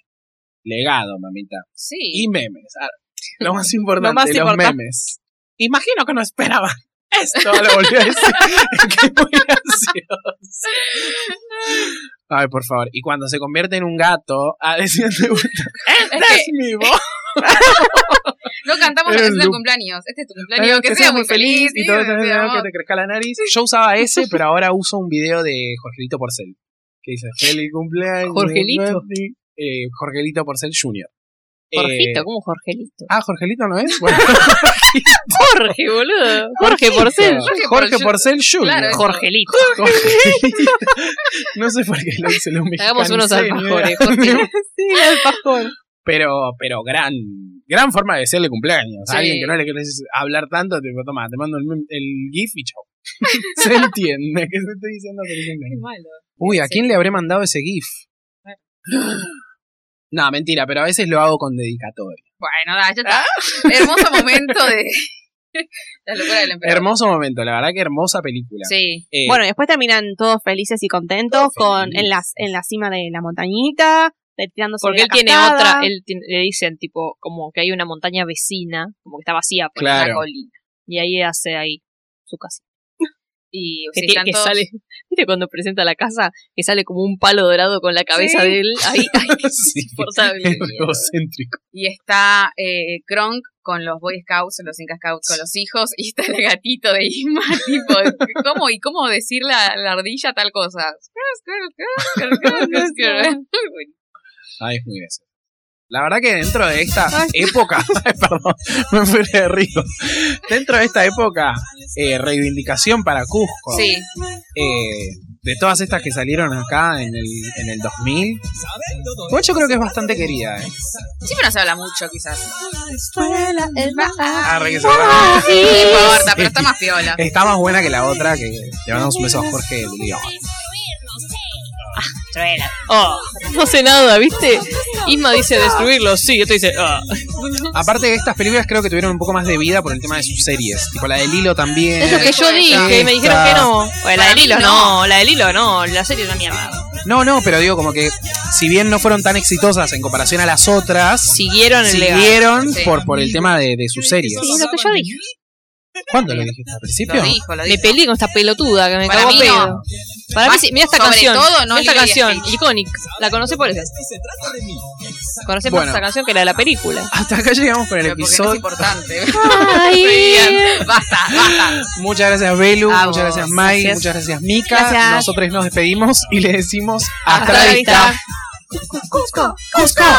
[SPEAKER 1] legado, mamita.
[SPEAKER 5] Sí.
[SPEAKER 1] Y memes. Ah, Lo
[SPEAKER 3] <laughs>
[SPEAKER 1] más importante,
[SPEAKER 3] Lo más
[SPEAKER 1] los
[SPEAKER 3] importante.
[SPEAKER 1] memes. Imagino que no
[SPEAKER 3] <laughs>
[SPEAKER 1] esperaban esto, lo volví a decir. <laughs> Qué muy
[SPEAKER 3] <laughs>
[SPEAKER 1] gracioso. Ay, por favor. Y cuando se convierte en un gato, ah, a <laughs> decir, esta
[SPEAKER 5] Es que
[SPEAKER 1] es <laughs> mi voz.
[SPEAKER 5] no cantamos la
[SPEAKER 1] Era un
[SPEAKER 5] canción de
[SPEAKER 1] loop.
[SPEAKER 5] cumpleaños. Este es tu cumpleaños, que, seas muy feliz.
[SPEAKER 1] y todo
[SPEAKER 5] digo,
[SPEAKER 1] eso, que
[SPEAKER 5] digamos,
[SPEAKER 1] te crezca la nariz. Yo usaba ese, pero ahora uso un video de Jorgelito Porcel. Que dice, feliz cumpleaños.
[SPEAKER 2] Jorgelito.
[SPEAKER 1] Nati". Eh, Jorgelito Porcel Jr. Eh,
[SPEAKER 2] Jorgito, ¿cómo Jorgelito?
[SPEAKER 1] Ah, Jorgelito no
[SPEAKER 2] <laughs>
[SPEAKER 1] es. Bueno, <laughs>
[SPEAKER 2] Jorge, boludo. Jorge Porcel.
[SPEAKER 5] Jorge
[SPEAKER 1] Jorge
[SPEAKER 5] Porcel.
[SPEAKER 1] Porcel Jr.
[SPEAKER 5] Claro, es-
[SPEAKER 2] Jorgelito.
[SPEAKER 1] Jorgelito. <laughs> no sé por qué lo hice los
[SPEAKER 2] Hagamos unos
[SPEAKER 1] mexicanicé, ni idea.
[SPEAKER 2] alfajores,
[SPEAKER 1] <laughs>
[SPEAKER 2] Jorge.
[SPEAKER 3] Sí, el alfajor.
[SPEAKER 1] Pero, pero gran, gran forma de decirle cumpleaños. A
[SPEAKER 5] Sí.
[SPEAKER 1] alguien que no le querés hablar tanto, te toma, te mando el, mem- el GIF y chao. <laughs> se entiende que te estoy diciendo feliz
[SPEAKER 5] Qué
[SPEAKER 1] cumpleaños.
[SPEAKER 5] malo.
[SPEAKER 1] Uy, ¿a
[SPEAKER 5] Sí.
[SPEAKER 1] quién le habré mandado ese GIF? <gasps> No, mentira, pero a veces lo hago con dedicatoria.
[SPEAKER 5] Bueno, da, ya está. Hermoso momento de <laughs> la locura del emperador.
[SPEAKER 1] Ah. Hermoso momento, la verdad que hermosa película. <laughs>
[SPEAKER 5] Sí.
[SPEAKER 1] Eh,
[SPEAKER 3] Bueno, y después terminan todos felices y contentos
[SPEAKER 1] Todos
[SPEAKER 3] con
[SPEAKER 1] felices.
[SPEAKER 3] en las en la cima de la montañita, de- tirándose
[SPEAKER 2] Porque
[SPEAKER 3] de la
[SPEAKER 2] él tiene
[SPEAKER 3] cascada.
[SPEAKER 2] otra, él tiene- le dicen tipo como que hay una montaña vecina, como que está vacía pues. por
[SPEAKER 1] Claro.
[SPEAKER 2] una colina. Y ahí hace ahí su casa.
[SPEAKER 5] Y
[SPEAKER 2] Que,
[SPEAKER 5] sí,
[SPEAKER 2] tiene-
[SPEAKER 5] están
[SPEAKER 2] que
[SPEAKER 5] todos-
[SPEAKER 2] sale,
[SPEAKER 3] <laughs>
[SPEAKER 2] viste cuando presenta la casa, que sale como un palo dorado con la cabeza
[SPEAKER 5] Sí.
[SPEAKER 2] de él, ahí, ahí
[SPEAKER 1] Sí.
[SPEAKER 2] <laughs> insoportable.
[SPEAKER 1] es egocéntrico.
[SPEAKER 5] y está eh, Kronk con los Boy Scouts, los Inca Scouts con los hijos, y está el gatito de Isma, <laughs> tipo, ¿cómo, ¿y cómo decir la, la ardilla tal
[SPEAKER 2] <laughs>
[SPEAKER 5] cosa?
[SPEAKER 1] Ay, es muy gracioso. La verdad que dentro de esta época, <laughs> Ay, perdón, me fui de río. Dentro de esta época, eh, reivindicación para Cusco,
[SPEAKER 5] Sí,
[SPEAKER 1] eh, de todas estas que salieron acá en el, en el 2000, igual yo creo que es bastante querida. eh.
[SPEAKER 5] siempre no se habla mucho quizás.
[SPEAKER 1] Ah, re que se-
[SPEAKER 5] Sí, no importa, pero está más piola.
[SPEAKER 2] <laughs>
[SPEAKER 1] Está más buena que la otra, que le mandamos un beso a Jorge de León.
[SPEAKER 2] destruela.
[SPEAKER 3] Ah, no sé nada, ¿viste? Isma dice destruirlo, sí, esto dice, ah.
[SPEAKER 1] Aparte, estas películas creo que tuvieron un poco más de vida por el tema de sus series. Tipo la de Lilo también.
[SPEAKER 3] Es lo que yo dije, y me dijeron que no. Bueno, la
[SPEAKER 2] Para
[SPEAKER 3] del
[SPEAKER 2] mí
[SPEAKER 3] hilo
[SPEAKER 2] no.
[SPEAKER 3] no, la del hilo no, la serie es una mierda.
[SPEAKER 1] No, no, pero digo como que si bien no fueron tan exitosas en comparación a las otras,
[SPEAKER 3] Siguieron el legado.
[SPEAKER 1] siguieron
[SPEAKER 2] Sí.
[SPEAKER 1] por, por el tema de, de sus series.
[SPEAKER 3] Sí, lo que yo dije.
[SPEAKER 1] ¿Cuándo lo dijiste? ¿Al
[SPEAKER 2] Lo
[SPEAKER 1] principio?
[SPEAKER 2] dijo, lo
[SPEAKER 3] Me
[SPEAKER 2] dijo.
[SPEAKER 3] peleé con esta pelotuda que me
[SPEAKER 2] Para
[SPEAKER 3] cagó
[SPEAKER 2] mí
[SPEAKER 3] pedo.
[SPEAKER 2] no.
[SPEAKER 3] Para mí
[SPEAKER 2] Más-
[SPEAKER 3] sí, mira esta
[SPEAKER 2] sobre
[SPEAKER 3] canción.
[SPEAKER 2] todo, no
[SPEAKER 3] mirá
[SPEAKER 2] Lilo
[SPEAKER 3] esta
[SPEAKER 2] y
[SPEAKER 3] canción,
[SPEAKER 2] Stitch.
[SPEAKER 3] icónica. La conocí por eso. Conocé por
[SPEAKER 1] Bueno.
[SPEAKER 3] esta canción que era de la
[SPEAKER 2] <laughs>
[SPEAKER 3] película.
[SPEAKER 1] Hasta acá llegamos con el
[SPEAKER 2] Pero porque no es
[SPEAKER 5] <laughs>
[SPEAKER 1] episodio.
[SPEAKER 2] importante.
[SPEAKER 3] Ay.
[SPEAKER 2] basta, basta.
[SPEAKER 1] Muchas gracias Belu, muchas
[SPEAKER 2] A vos,
[SPEAKER 1] gracias Mai,
[SPEAKER 3] Ah, gracias.
[SPEAKER 1] muchas gracias Mika.
[SPEAKER 7] Gracias.
[SPEAKER 1] Nosotros nos despedimos y le decimos
[SPEAKER 3] Hasta la vista.
[SPEAKER 1] Cusco.